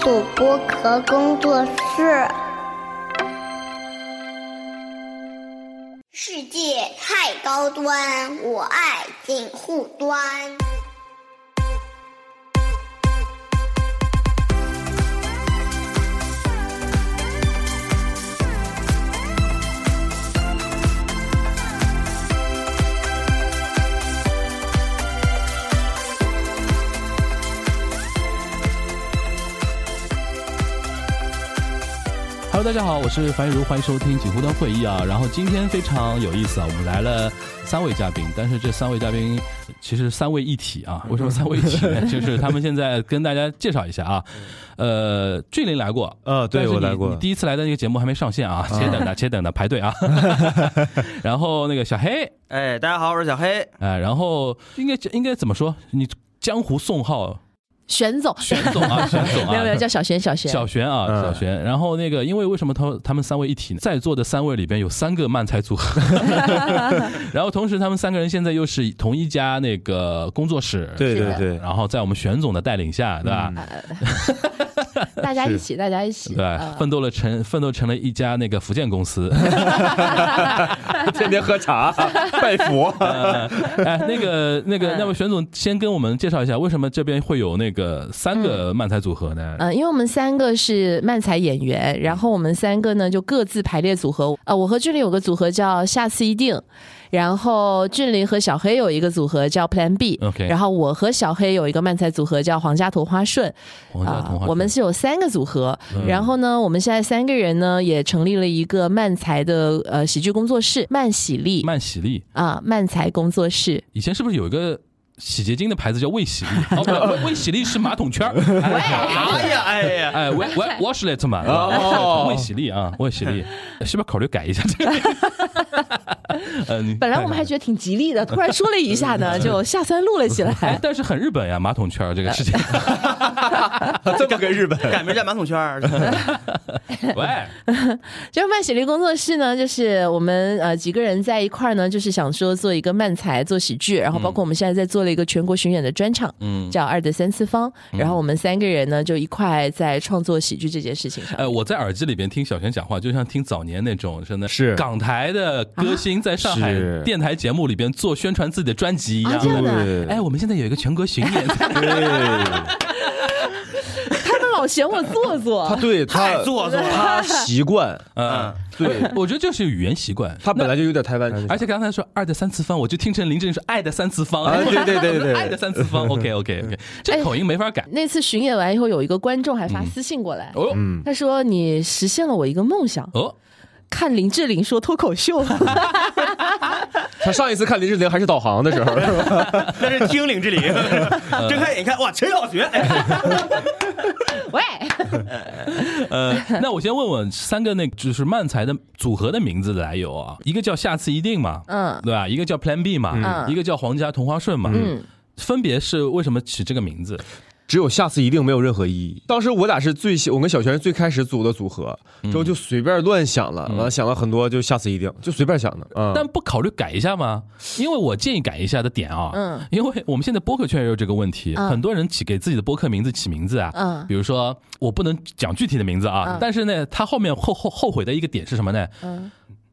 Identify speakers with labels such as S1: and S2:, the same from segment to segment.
S1: 土剥壳工作室。世界太高端，我爱锦护端。
S2: Hello，大家好，我是樊玉茹，欢迎收听锦湖端会议啊。然后今天非常有意思啊，我们来了三位嘉宾，但是这三位嘉宾其实三位一体啊。为什么三位一体呢？就是他们现在跟大家介绍一下啊。呃，俊林来过，
S3: 呃，
S2: 但
S3: 对
S2: 是
S3: 我
S2: 你
S3: 来过
S2: 你，第一次来的那个节目还没上线啊，且等着，且等着排队啊。然后那个小黑，
S4: 哎，大家好，我是小黑。
S2: 哎，然后应该应该怎么说？你江湖宋号
S5: 玄总，
S2: 玄总啊，玄总啊，
S5: 没有没有叫小玄小玄，
S2: 小璇啊，
S3: 嗯
S2: 小璇。然后那个，因为为什么他他们三位一体呢？在座的三位里边有三个漫才组 合，然后同时他们三个人现在又是同一家那个工作室，
S3: 对嗯
S5: 是
S3: 对
S5: 的
S3: 对，
S2: 然后在我们玄总的带领下，对吧？
S5: 嗯大家一起，大家一起，
S2: 对吧，
S5: 呃
S2: 奋斗了成奋斗成了一家那个福建公 司。
S3: 天天喝茶拜佛，
S2: 哎，那个那个，
S5: 嗯
S2: 那么玄总先跟我们介绍一下，为什么这边会有那个三个漫才组合呢？
S5: 嗯，因为我们三个是漫才演员，然后我们三个呢就各自排列组合。呃，我和俊林有个组合叫下次一定，然后俊林和小黑有一个组合叫 Plan B，、
S2: OK
S5: 然后我和小黑有一个漫才组合叫皇家同花顺。
S2: 皇家
S5: 啊
S2: 童话，
S5: 我们是有三个组合，
S2: 嗯
S5: 然后呢，我们现在三个人呢也成立了一个漫才的呃喜剧工作室，漫喜力
S2: 漫喜力
S5: 啊，漫才工作室。
S2: 以前是不是有一个洗洁精的牌子叫卫 喜力？哦，不是，卫喜力是马桶圈儿。
S4: 哎呀，哎呀，
S2: 哎，wa- wa-，washlet 嘛，
S3: 哦
S2: 卫喜力啊，卫喜 力，是不是考虑改一下这个？呃，你
S5: 本来我们还觉得挺吉利 的，突然说了一下
S2: 嗯
S5: 呢，就下三路了起
S2: 哎
S5: 来，。
S2: 但是很日本呀，马桶圈儿这个事情。
S3: 这么个日本，
S4: 改名叫马桶圈 儿，
S5: 呃
S2: 喂，
S5: 就是漫喜力工作室呢，就是我们呃几个人在一块儿呢，就是想说做一个漫才，做喜剧，然后包括我们现在在做了一个全国巡演的专场，
S2: 嗯，
S5: 叫《二的三次方》，然后我们三个人呢就一块在创作喜剧这件事情上。
S2: 呃，我在耳机里边听小泉讲话，就像听早年那种真的
S3: 是
S2: 港台的歌星在上海
S3: 是
S2: 电台节目里边做宣传自己的专辑一
S5: 啊
S2: 样
S5: 这样
S2: 的。
S5: 的
S3: 对
S2: 哎，我们现在有一个全国巡 演，
S3: 对，
S5: 他们老嫌我做
S3: 他
S5: 作，
S3: 对
S4: 太
S3: 他
S4: 做作了。
S3: 他习惯，
S2: 嗯，
S3: 对
S2: 我觉得这是语言习惯。
S3: 他本来就有点台湾，哎
S2: 而且刚才说二的三次方，我就听成林志颖说爱的三次方，
S3: 啊对对对对对 哎
S2: 爱的三次 方，OK OK OK，这口音没法改。
S5: 那次巡演完以后，有一个观众还发私信过来，
S2: 哦
S5: 他说：“你实现了我一个梦想，
S2: 哦，
S5: 看林志玲说脱口秀。”
S3: 他上一次看林志玲还是导航的时候，
S4: 那是听领之 灵，
S3: 嗯
S4: 睁开眼一看，哇，陈小学，哎
S5: 喂，
S2: 呃，那我先问问三个那个就是漫才的组合的名字的来由啊，一个叫下次一定嘛，
S5: 嗯
S2: 对吧？一个叫 Plan B 嘛，
S5: 嗯
S2: 一个叫皇家同花顺嘛，
S5: 嗯，
S2: 分别是为什么起这个名字？
S3: 只有下次一定没有任何意义。当时我俩是最喜，我跟小泉是最开始组的组合，之后就随便乱想了，完了想了很多，就下次一定就随便想的，嗯，
S2: 但不考虑改一下吗？因为我建议改一下的点啊，
S5: 嗯，
S2: 因为我们现在播客圈也有这个问题，
S5: 嗯
S2: 很多人起给自己的播客名字起名字啊，
S5: 嗯
S2: 比如说我不能讲具体的名字啊，
S5: 嗯
S2: 但是呢，他后面后后后悔的一个点是什么呢？
S5: 嗯，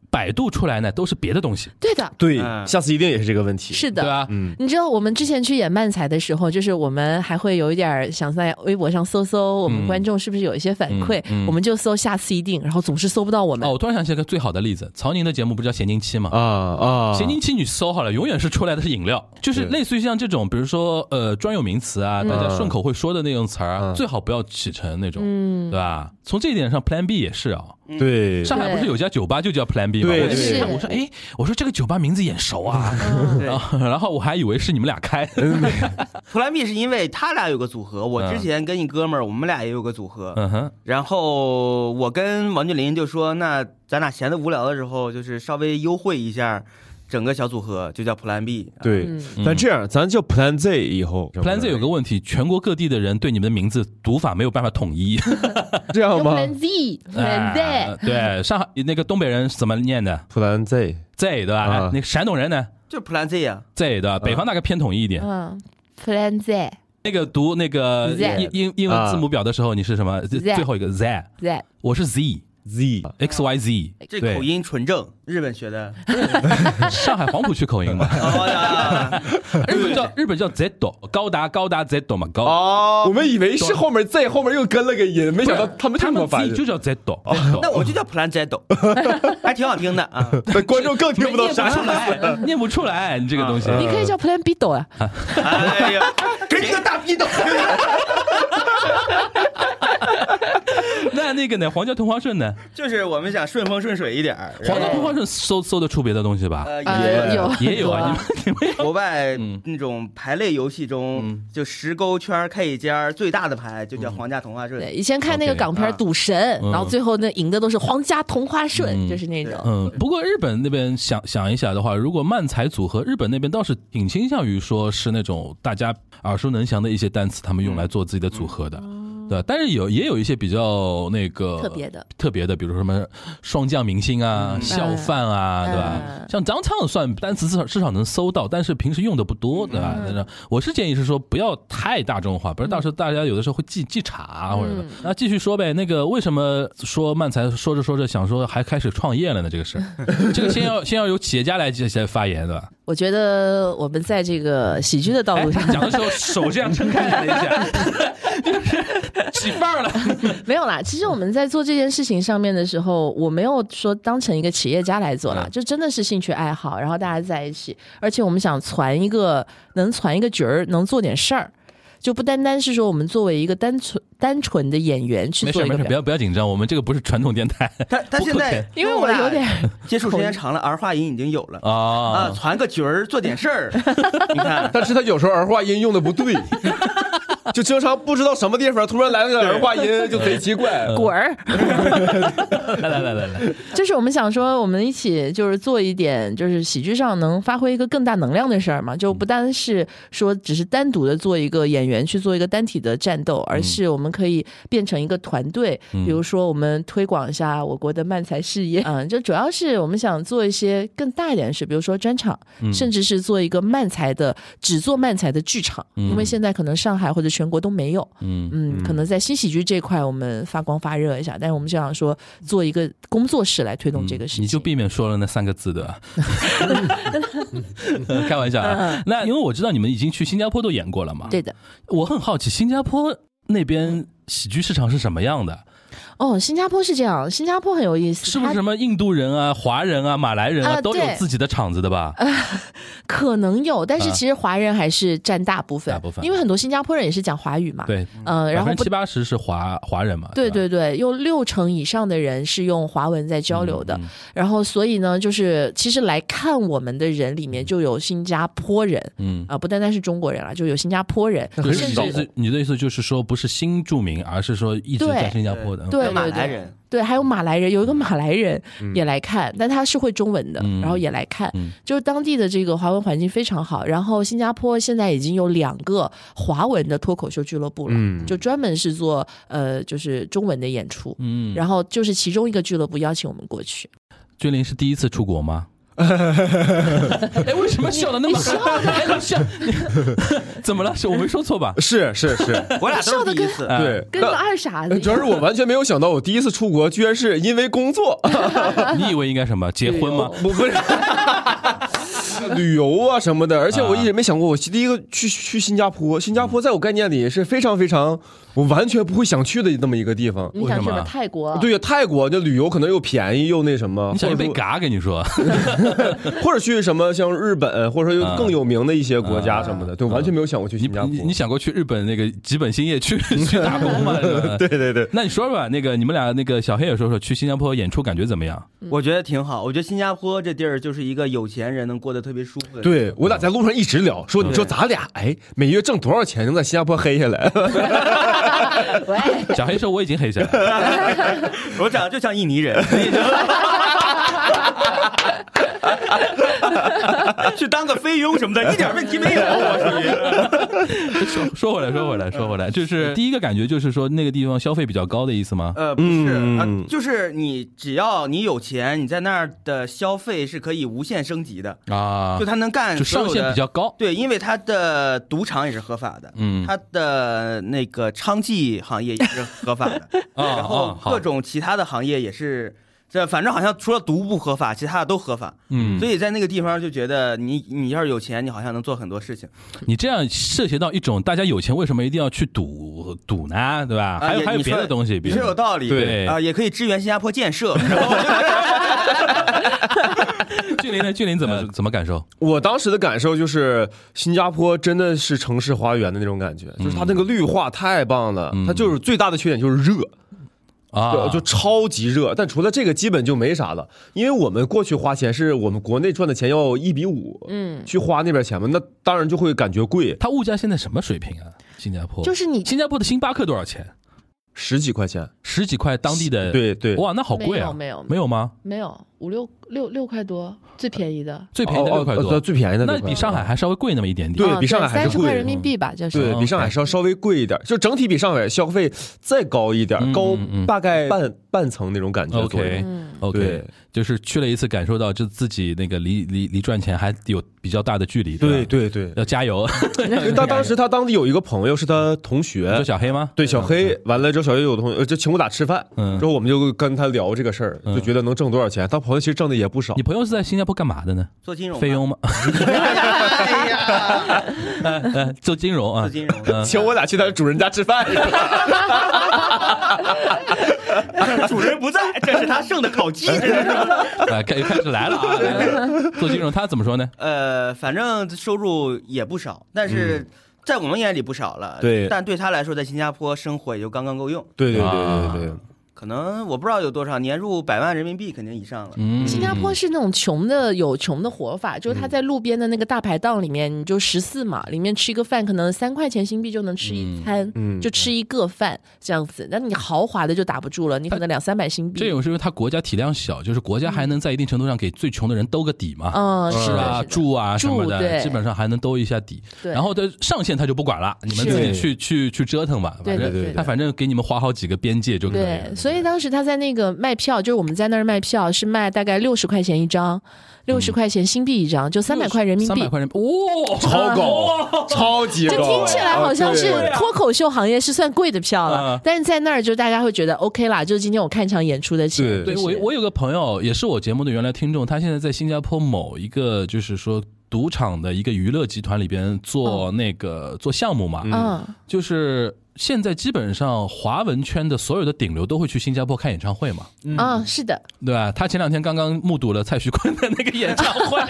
S2: 百度出来呢都是别的东西，
S5: 对的，
S3: 对，
S4: 嗯
S3: 下次一定也是这个问题，
S5: 是
S2: 对啊
S5: 的。
S2: 吧？
S3: 嗯，
S5: 你知道我们之前去演漫才的时候，就是我们还会有一点儿想在微博上搜搜我们观众是不是有一些反馈，
S2: 嗯嗯嗯
S5: 我们就搜下次一定，然后总是搜不到我们。
S2: 哦，我突然想起一个最好的例子，曹宁的节目不叫《咸宁七》吗？
S3: 啊啊，
S2: 咸宁七你搜好了，永远是出来的是饮料，就是类似于像这种，比如说呃专有名词啊，大家顺口会说的那种词儿啊，
S3: 嗯
S2: 最好不要起成那种，对吧？从这一点上，Plan B 也是啊，
S3: 对，
S2: 上海不是有家酒吧就叫 Plan B 吗？
S3: 对
S2: 我就
S5: 对
S2: 看我说哎，我说这个酒吧名字眼熟 啊，然后 然后我还以为是你们俩开的，
S3: 嗯
S4: 普兰密是因为他俩有个组合，我之前跟一哥们儿，我们俩也有个组合。
S2: 嗯哼，
S4: 然后我跟王俊林就说，那咱俩闲的无聊的时候，就是稍微优惠一下整个小组合，就叫普兰 B。
S3: 对，咱这样，咱叫 Plan Z 以后
S2: 嗯 Plan Z 有个问题，全国各地的人对你们的名字读法没有办法统一，
S3: 这样
S5: 有
S3: 吗
S5: Plan Z，Plan
S2: 哎
S5: Z，
S2: 对，上海那个东北人怎么念的
S3: ？Plan Z
S2: Z 对吧？
S3: 啊
S2: 哎那个山东人呢
S4: 就是普兰啊 Z 呀，
S2: 啊
S5: 嗯
S2: Z 对吧？北方大概偏统一一点。
S5: 嗯，Plan Z，
S2: 那个读那个
S5: Z
S2: 英英英文字母表的时候，你是什么？最
S5: Z
S2: 最后一个 Z，
S5: 在
S2: 我是 Z。
S3: Z
S2: X Y Z，
S5: 哎
S4: 这
S2: 对
S4: 口音纯正，日本学 的。，
S2: 上海黄浦区口音嘛
S4: 哦呀
S2: 日本叫日本叫 Z 高达高达 Z 嘛高，
S4: 哦，
S3: 我们以为是后面 Z 后面又跟了个音，没想到他们这
S2: 他
S3: 么
S2: 们
S3: 烦
S2: 自己
S3: 人。
S2: 就叫 Z
S3: 哦
S4: 那我就叫 Plan Z，还挺好听的啊。
S3: 但观众更听不懂
S5: 念
S3: 啥
S5: 不
S3: 意
S5: 出
S3: 思。
S5: 来，
S2: 念不出来，你这个东西。
S5: 你可以叫 Plan B 抖啊，
S4: 哎呀，
S3: 给你个大逼斗！
S2: 那那个呢？黄教同花顺呢？
S4: 就是我们想顺风顺水一点儿。
S2: 黄教
S4: 然后
S2: 同花顺搜搜得出别的东西吧？
S4: 呃，
S5: 呃，
S4: 也
S5: 有
S2: 也有啊，你们你们
S4: 国外
S2: 嗯
S4: 那种排类游戏中
S2: 嗯，
S4: 就十勾圈 K 尖儿最大的牌就叫皇家同花顺。
S5: 对，以前看那个
S2: OK，
S5: 港片
S4: 啊
S5: 《赌神》，
S2: 嗯
S5: 然后最后那赢的都是皇家同花顺，
S2: 嗯
S5: 就是那种。
S2: 嗯，不过日本那边想想一下的话，如果漫才组合，日本那边倒是挺倾向于说是那种大家耳熟能详的一些单词，他们用来做自己的组合的，对吧。但是有也有一些比较那个
S5: 嗯特别的
S2: 特别的，比如说什么霜降明星啊、笑饭啊，
S5: 嗯
S2: 对吧？
S5: 嗯
S2: 像张唱算单词至少至少能搜到，但是平时用的不多，对
S5: 嗯
S2: 吧？但是我是建议是说不要太大众化，不然到时候大家有的时候会记记岔啊或者什
S5: 嗯
S2: 么。那继续说呗，那个为什么说漫才说着说着想说还开始创业了呢？这个事 儿，这个先要先要由企业家来先发言，对吧？
S5: 我觉得我们在这个喜剧的道
S2: 哎
S5: 路上，
S2: 讲的时候手这样撑开了一 下，就是起范儿了。
S5: 没有啦。其实我们在做这件事情上面的时候，我没有说当成一个企业家来做啦，
S2: 嗯
S5: 就真的是兴趣爱好，然后大家在一起，而且我们想传一个能传一个角儿，能做点事儿，就不单单是说我们作为一个单纯单纯的演员去
S2: 没
S5: 做
S2: 事
S5: 一
S2: 没
S5: 个
S2: 事，不
S5: 表演，
S2: 要不要紧张，我们这个不是传统电台
S4: 他他
S2: 不
S4: 现
S2: 扣
S4: 在啊
S2: 钱
S5: 因为我有点
S4: 接触时间长了，儿化音已经有了啊，
S2: 啊。
S4: 传个局儿做点事儿，你看。
S3: 但是他有时候儿化音用的不对，就经常不知道什么地方突然来了个儿化音，就贼奇怪。
S5: 滚儿。
S2: 来来来来来，
S5: 就是我们想说，我们一起就是做一点，就是喜剧上能发挥一个更大能量的事儿嘛，就不单是说只是单独的做一个演员去做一个单体的战斗，而是我们可以变成一个团队，比如说我们推广一下我国的漫才事业，嗯，就主要是我们想做一些更大一点的事，比如说专场，甚至是做一个漫才的，只做漫才的剧场，因为现在可能上海或者全国都没有，
S2: 嗯，
S5: 嗯，可能在新喜剧这块我们发光发热一下，但是我们就想说做一个工作室来推动这个事
S2: 嗯
S5: 情。
S2: 你就避免说了那三个字的吧， 开玩笑啊。那因为我知道你们已经去新加坡都演过了嘛，
S5: 嗯对的
S2: 我很好奇新加坡那边喜剧市场是什么样的？
S5: 哦，新加坡是这样，新加坡很有意思，
S2: 是不是
S5: 它
S2: 什么印度人啊、华人啊、马来人啊
S5: 啊
S2: 都有
S5: 对呃
S2: 自己的场子的吧？
S5: 可能有，但是
S2: 啊
S5: 其实华人还是占大部分，
S2: 大部分
S5: 因为很多新加坡人也是讲华语嘛。，
S2: 对，
S5: 嗯、
S2: 百
S5: 然后
S2: 分之
S5: 不
S2: 七八十是华华人嘛？
S5: 对
S2: 吧，
S5: 对对，有六成以上的人是用华文在
S2: 嗯
S5: 交流的。然后，所以呢，就是其实来看我们的人里面就有新加坡人
S2: 嗯
S5: 啊、。不单单是中国人了，就有新加坡人，
S2: 就是
S5: 甚
S2: 你的意
S5: 至
S2: 思，你的意思就是说，不是新著名，而是说一直在
S5: 对
S2: 新加坡的。
S5: 对
S4: 马
S5: 对
S4: 来
S5: 对
S4: 人，
S5: 对，还有马来人，有一
S3: 嗯
S5: 个马来人也来看，但他是会中文的，
S2: 嗯
S5: 然后也来看，
S2: 嗯
S5: 就是当地的这个华文环境非常好。然后新加坡现在已经有两个华文的脱口秀俱乐部了，
S3: 嗯
S5: 就专门是做呃就是中文的演出。
S2: 嗯，
S5: 然后就是其中一个俱乐部邀请我们过去，
S2: 君临是第一次出国吗？哎，为什么笑的那么嗨？哎你 笑，你怎么了？是我没说错吧？ 呃
S3: 是是是，
S4: 我俩都是第一次。
S2: 嗯
S3: 对。
S5: 跟个
S3: 但
S5: 二傻子一
S3: 呃主要
S5: 样。
S3: 是我完全没有想到，我第一次出国居然是因为工作，
S2: 你以为应该什么？结婚吗？
S3: 不不是旅游啊什么的。而且我一直没想过，我第一个去去新加坡，新加坡在我概念里是非常非常我完全不会想去的那么一个地方。
S5: 你想
S2: 为
S5: 去
S2: 什么
S5: 了泰国？
S3: 对呀，泰国就旅游可能又便宜又那什么，
S2: 你小
S3: 或
S2: 心
S3: 者
S2: 被
S3: 说
S2: 嘎，跟你说。
S3: 或者去什么像日本，或者说有
S2: 嗯
S3: 更有名的一些国家什么的，对，我完全没有想过去
S2: 你
S3: 新加坡
S2: 你。 你想过去日本那个吉本兴业去 去打工吗？是 吧
S3: 对对对，
S2: 那你说说吧，那个你们俩那个小黑也说说去新加坡演出感觉怎么样？
S5: 嗯
S4: 我觉得挺好。我觉得新加坡这地儿就是一个有钱人能过得特别舒服的。，
S3: 对我俩在路上一直聊，说你说咱俩哎，每月挣多少钱能在新加坡黑下来？
S5: 喂，
S2: 小黑说我已经黑下来了，
S4: 我长得就像印尼人，所以就 去当个菲佣什么 的，一点问题没有。我属于
S2: 说说回来，说回来，说回来，就是第一个感觉就是说那个地方消费比较高的意思吗？
S4: 呃，不是、
S3: 嗯
S4: 啊，就是你只要你有钱，你在那儿的消费是可以无限升级的，
S2: 啊
S4: 就，他能干
S2: 就
S4: 所
S2: 上
S4: 有
S2: 限
S4: 的
S2: 比较高。
S4: 对，因为他的赌场也是合法的，
S2: 嗯
S4: 他的那个娼妓行业也是合法的，
S2: 啊
S4: 然后
S2: 啊好
S4: 各种其他的行业也是，这反正好像除了毒不合法，其他的都合法。
S2: 嗯
S4: 所以在那个地方就觉得你你要是有钱，你好像能做很多事情。
S2: 你这样涉嫌到一种大家有钱为什么一定要去赌赌呢？对吧？
S3: 哎
S4: 啊
S2: 还有
S4: 也
S2: 还有
S4: 你
S2: 别的
S4: 说
S2: 东西，
S4: 你
S2: 别
S4: 说有
S2: 的。
S4: 道理，
S2: 对
S4: 啊，也可以支援新加坡建设。然后我就
S2: 俊林呢？俊林怎
S3: 哎
S2: 么怎么感受？
S3: 我当时的感受就是，新加坡真的是城市花园的那种感觉，就是它那个绿化太棒了。
S2: 嗯
S3: 它就是最大的缺点就是热，
S2: 啊，
S3: 就就超级热。但除了这个，基本就没啥了。因为我们过去花钱是我们国内赚的钱要一比五，
S5: 嗯，
S3: 去花那边钱嘛，那当然就会感觉贵，
S2: 它物价现在什么水平啊？新加坡
S5: 就是你
S2: 新加坡的星巴克多少钱？
S3: 十几块钱。
S2: 十几块当地的，
S3: 对对，
S2: 哇，那好贵啊！
S5: 没有没有
S2: 没有吗？
S5: 没有五六六六块多，最便宜的，
S2: 最便宜的
S3: 哦哦
S2: 六块
S3: 呃
S2: 多，
S3: 最便宜的
S2: 那
S3: 六块
S2: 比上海还稍微贵那么一点点。
S3: 对比上海还是
S5: 啊三十
S3: 贵嗯
S5: 块人民币吧，就是
S3: 对比上海
S2: OK
S3: 稍稍微贵一点，就整体比上海消费再高一点
S2: 嗯，
S3: 高
S2: 嗯嗯
S3: 大概半半层那种感觉左右。
S2: OK
S5: 嗯
S2: OK，
S3: 对
S2: 就是去了一次，感受到就自己那个离离离赚钱还有比较大的距离。吧
S3: 对对对，
S2: 要加油。
S3: 因为他当时他当地有一个朋友是他同
S2: 做
S3: 学，
S2: 嗯小黑吗？
S3: 对小黑，完了之后小黑有同呃就请我俩吃饭，
S2: 嗯
S3: 之后我们就跟他聊这个事儿，
S2: 嗯
S3: 就觉得能挣多少钱。他朋友其实挣的也不少
S2: 你，朋友是在新加坡干嘛的呢？
S4: 做金融 吧
S2: 菲佣吗？
S4: 哎呀，
S2: 呃做金融啊
S4: 做？金融，
S2: 嗯
S3: 请我俩去他主人家吃饭。
S4: 主人不在，这是他剩的烤 鸡。
S2: 啊，开开始来了 啊！来了做金融，他怎么说呢？
S4: 呃，反正收入也不少，但是在我们眼里不少了。
S3: 对
S4: 但对他来说，在新加坡生活也就刚刚够用，
S3: 对对对
S2: 啊
S3: 对对对，
S4: 可能我不知道有多少，年入百万人民币肯定以上 了。
S2: 嗯，
S5: 新加坡是那种穷的有穷的活法，就是他在路边的那个大排档里面，你就十四嘛，里面吃一个饭可能三块钱新币就能吃一餐，
S3: 嗯嗯
S5: 就吃一个饭这样子。那你豪华的就打不住了，你可能两三百新币。
S2: 这种是因为他国家体量小，就是国家还能在一定程度上给最穷的人兜个底嘛。
S5: 嗯，是
S2: 是
S5: 的
S2: 啊，
S5: 是的
S2: 住啊什么
S5: 住对
S2: 的，基本上还能兜一下底。
S5: 对
S2: 然后的上限他就不管了，你们
S5: 是
S2: 自己去去去折腾吧。
S5: 对
S2: 反
S5: 对
S2: 正
S5: 对对
S2: 他反正给你们划好几个边界就可以了。
S5: 对，所以当时他在那个卖票，就是我们在那儿卖票是卖大概六十块钱一张，六十块钱新币一张，就三百块人民
S2: 嗯三
S5: 币
S2: 百。块人民币，哇、
S3: 超高，超级
S5: 啊就
S3: 高，
S5: 听起来好像是
S3: 啊对
S5: 脱口秀行业是算贵的票了，
S2: 嗯
S5: 但是在那儿就大家会觉得 OK 啦，就是今天我看一场演出的钱。
S3: 对
S2: 对
S5: 就是
S2: 我，我有个朋友也是我节目的原来听众，他现在在新加坡某一个就是说赌场的一个娱乐集团里边做那个、做项目嘛，
S5: 嗯，
S2: 就是现在基本上华文圈的所有的顶流都会去新加坡看演唱会嘛，
S5: 啊，是的，
S2: 对吧？他前两天刚刚目睹了蔡徐坤的那个演唱 会，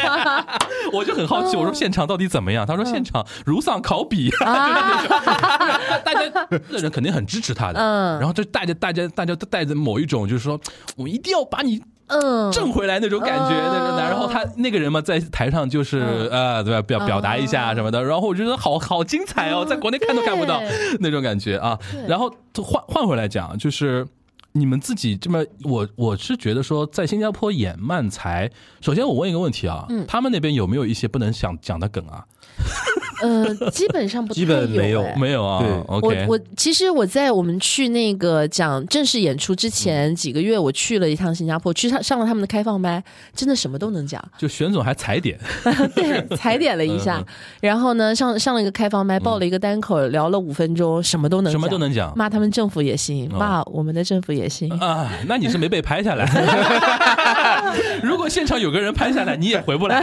S2: 我就很好奇，我
S5: 嗯
S2: 说现场到底怎么样？他说现场如丧考妣，
S5: 啊，
S2: 大家的人肯定很支持他的，
S5: 嗯
S2: 然后就大家大家大家都带着某一种就是说我一定要把你
S5: 嗯，
S2: 挣回来那种感觉，
S5: 嗯
S2: 那种的。然后他那个人嘛，在台上就是
S5: 嗯
S2: 呃，对吧，表表达一下什么的。然后我觉得好好精彩哦，
S5: 嗯
S2: 在国内看都看不到
S5: 对
S2: 那种感觉啊
S5: 对。
S2: 然后换换回来讲，就是你们自己这么，我我是觉得说，在新加坡演漫才，首先我问一个问题啊，
S5: 嗯
S2: 他们那边有没有一些不能想讲的梗啊？
S5: 呃，基本上 不太
S3: 基本没有
S5: 哎
S2: 没有啊
S3: 对
S2: ，OK，
S5: 我我其实我在我们去那个讲正式演出之前几个月，我去了一趟新加坡，去上上了他们的开放麦，真的什么都 能讲，
S2: 就玄总还踩点，
S5: 对，踩点了一下
S2: 嗯，
S5: 然后呢上上了一个开放麦，报了一个单口，聊了五分钟，什么都能
S2: 什
S5: 讲
S2: 么都能讲
S5: 骂他们政府也行，
S2: 啊哦
S5: 骂我们的政府也行，
S2: 啊，那你是没被拍下 来。如果现场有个人拍下来，你也回不 来。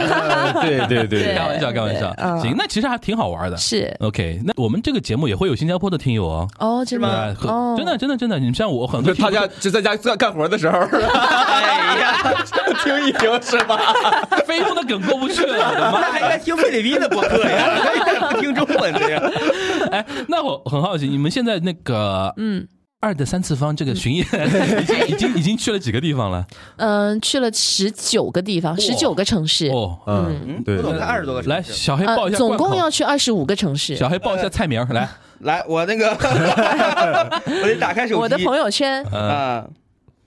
S3: 对对对
S5: 对
S2: 开玩笑，开玩笑
S5: 对嗯。
S2: 行，那其实还挺好玩的。
S5: 是
S2: OK，那我们这个节目也会有新加坡的听友哦。
S5: 哦，真
S2: 对
S5: 的
S2: 吧？
S5: 哦
S2: 很，真的，真的，真的，你们像我很多
S3: 对，他
S2: 听
S3: 家就在家干干活的时候，
S4: 哎呀，
S3: 听一听是吧？
S2: 众非洲的梗过不去了，我的妈！
S4: 那还应该听菲律宾的播客呀， 不听中文的呀。
S2: 哎，那我很好奇，你们现在那个
S5: 嗯
S2: 二的三次方这个巡演 已经已经已经去了几个地方了？
S5: 嗯、去了十九个地方，十九个城市，
S2: 哦，
S4: 嗯，
S3: 对
S4: 我总才二十多个啊城
S2: 来，
S4: 市
S2: 小黑报
S5: 呃，
S2: 一下
S5: 总
S2: 贯口，
S5: 共要去嗯二十五个城市。
S2: 小黑报一下菜名来。
S4: 来，我那个，我得打开手机。
S5: 我的朋友圈，
S2: 呃，
S4: 啊，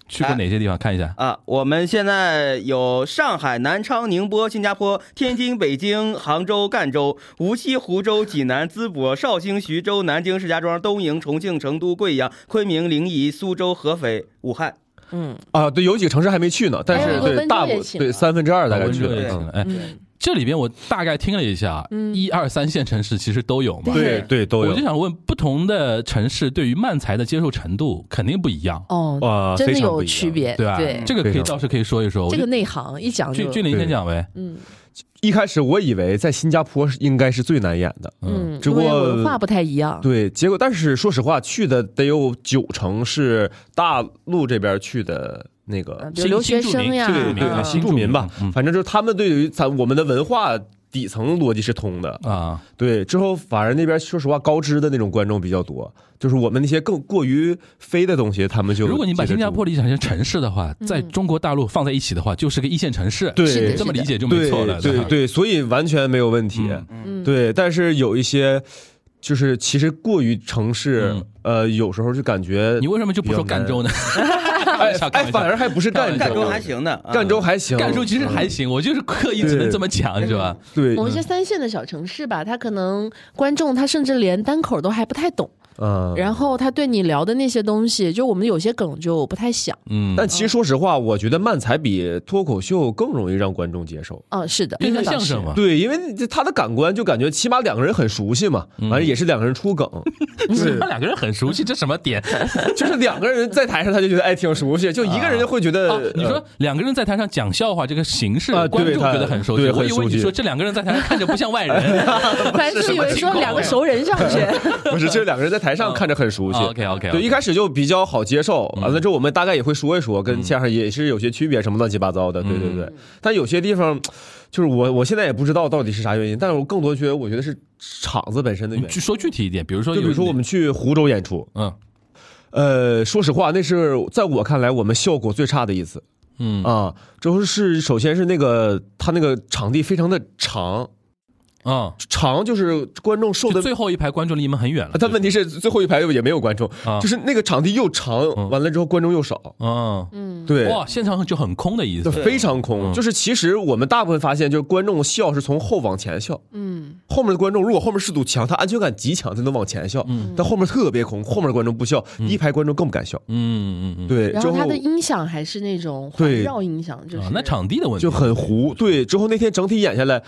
S2: 去过哪些地方看一下？
S4: 啊，我们现在有上海、南昌、宁波、新加坡、天津、北京、杭州、赣州、无锡、湖州、济南、淄博、绍兴、徐州、南京、石家庄、东营、重庆、成都、贵阳、昆明、临沂、苏州、合肥、武汉。
S5: 嗯，
S3: 啊，对，有几个城市还没去呢，但
S5: 哎
S3: 是
S5: 我温
S3: 对
S5: 州
S3: 大
S5: 也
S3: 部
S5: 请
S3: 对
S5: 了
S3: 三分之二大概去
S2: 温州也
S3: 了
S2: 行
S3: 嗯。
S2: 哎，
S5: 嗯
S2: 这里边我大概听了一下，一二三线城市其实都有嘛。
S3: 对对都
S2: 我
S3: 有
S2: 就想问，不同的城市对于漫才的接受程度肯定不一样，
S5: 哦，
S3: 哇，
S5: 真
S3: 非
S5: 的
S3: 常不
S5: 有
S3: 一样
S5: 区。别，
S2: 对吧？这个可
S3: 非
S2: 以
S3: 常
S2: 倒是可以说一说。我
S5: 这个
S2: 就
S5: 内行一讲
S2: 俊
S5: 就
S2: 俊林先
S3: 对
S2: 讲呗，
S5: 嗯
S3: 一开始我以为在新加坡是应该是最难演的，
S5: 嗯，
S3: 只
S5: 因
S3: 不
S5: 为
S3: 过
S5: 文化不太一样，
S3: 对，结果但是说实话，去的得有九成是大陆这边去的那个
S5: 比如留学生呀，
S3: 对对
S5: 嗯
S3: 新住民吧，
S2: 嗯
S3: 反正就是他们对于咱我们的文化底层逻辑是通的。
S2: 啊，
S3: 对，之后反而那边说实话，高知的那种观众比较多，就是我们那些更过于飞的东西，他们就
S2: 如果你把
S3: 接
S2: 新
S3: 得
S2: 加
S3: 住
S2: 坡理解成城市的话，在中国大陆放在一起的话，就是个一线城市。
S5: 是的
S3: 对
S2: 这么理解就没
S3: 对
S2: 错了。
S3: 对
S2: 吧，
S3: 对，所以完全没有问题。
S2: 嗯
S5: 嗯，
S3: 对，但是有一些就是其实过于城市，
S2: 嗯
S3: 呃，有时候就感觉
S2: 你为什么就不说
S3: 比较难
S2: 赣州呢？
S3: 哎
S2: 开玩笑
S3: 哎，反而还不是
S2: 开玩
S3: 赣
S2: 笑
S4: 赣州
S3: 州，
S4: 还行的，啊
S3: 赣州还行，
S2: 赣州其实还
S3: 嗯
S2: 行，我就是刻意只能这么讲，是吧？
S3: 对
S5: 我，们是三线的小城市吧，他可能观众他甚至连单口都还不太懂，
S3: 嗯。
S5: 然后他对你聊的那些东西，就我们有些梗就不太想。
S2: 嗯，
S3: 但其实说实话，我觉得漫才比脱口秀更容易让观众接受。
S5: 嗯，是的，
S2: 因为
S5: 那倒
S2: 相
S5: 是
S2: 声嘛，
S3: 对，因为这他的感官就感觉起码两个人很熟悉嘛，
S2: 嗯
S3: 反正也是两个人 出梗，
S2: 他们两个人很熟悉，这什么点？
S3: 就是两个人在台上他就觉得哎挺熟悉，就一个人就会觉得、
S2: 啊你说两个人在台上讲笑话这个形式
S3: 呃啊，对
S2: 观众
S3: 他
S2: 觉得很熟悉。
S3: 对
S2: 我以为
S3: 很熟
S2: 你
S3: 悉
S2: 说这两个人在台上看着不像外 人。
S5: 反正就以为说两个熟人上去，
S3: 呃不是，这两个人在台
S2: 哦
S3: 上看着很熟悉。
S2: OK OK，
S3: 对，一开始就比较好接受，
S2: 嗯
S3: 完了之后我们大概也会说一说，跟线上也是有些区别，什么乱七八糟
S2: 嗯
S3: 的，对对对。但有些地方，就是我我现在也不知道到底是啥原因，但是我更多觉得我觉得是场子本身的原因。
S2: 去说具体一点，比如说
S3: 就
S2: 有，
S3: 比如说我们去湖州演出，
S2: 嗯
S3: 呃，说实话，那是在我看来我们效果最差的一次
S2: 嗯
S3: 啊。就是是首先是那个他那个场地非常的长，
S2: 嗯，
S3: 长就是观众受
S2: 就
S3: 的啊
S2: 最后一排观众离你们很远了。
S3: 但问题是最后一排也没有观众，
S2: 啊
S3: 就是那个场地又长，完了之后观众又少，
S2: 嗯，
S3: 对，
S2: 哇，现场就很空的意
S3: 就
S2: 思。
S3: 非常空。
S2: 嗯
S3: 就是其实我们大部分发现，就是观众笑是从后往前笑，
S5: 嗯，
S3: 后面的观众如果后面是堵墙，他安全感极强，他能往前笑，
S2: 嗯
S3: 但后面特别空，后面的观众不笑，第一排观众更不敢笑，
S2: 嗯嗯嗯，
S3: 对，
S5: 然
S3: 之
S5: 后它的音响还是那种环
S3: 对
S5: 绕音响，就是
S2: 啊，那场地的问题
S3: 就很糊，对，之后那天整体演下来。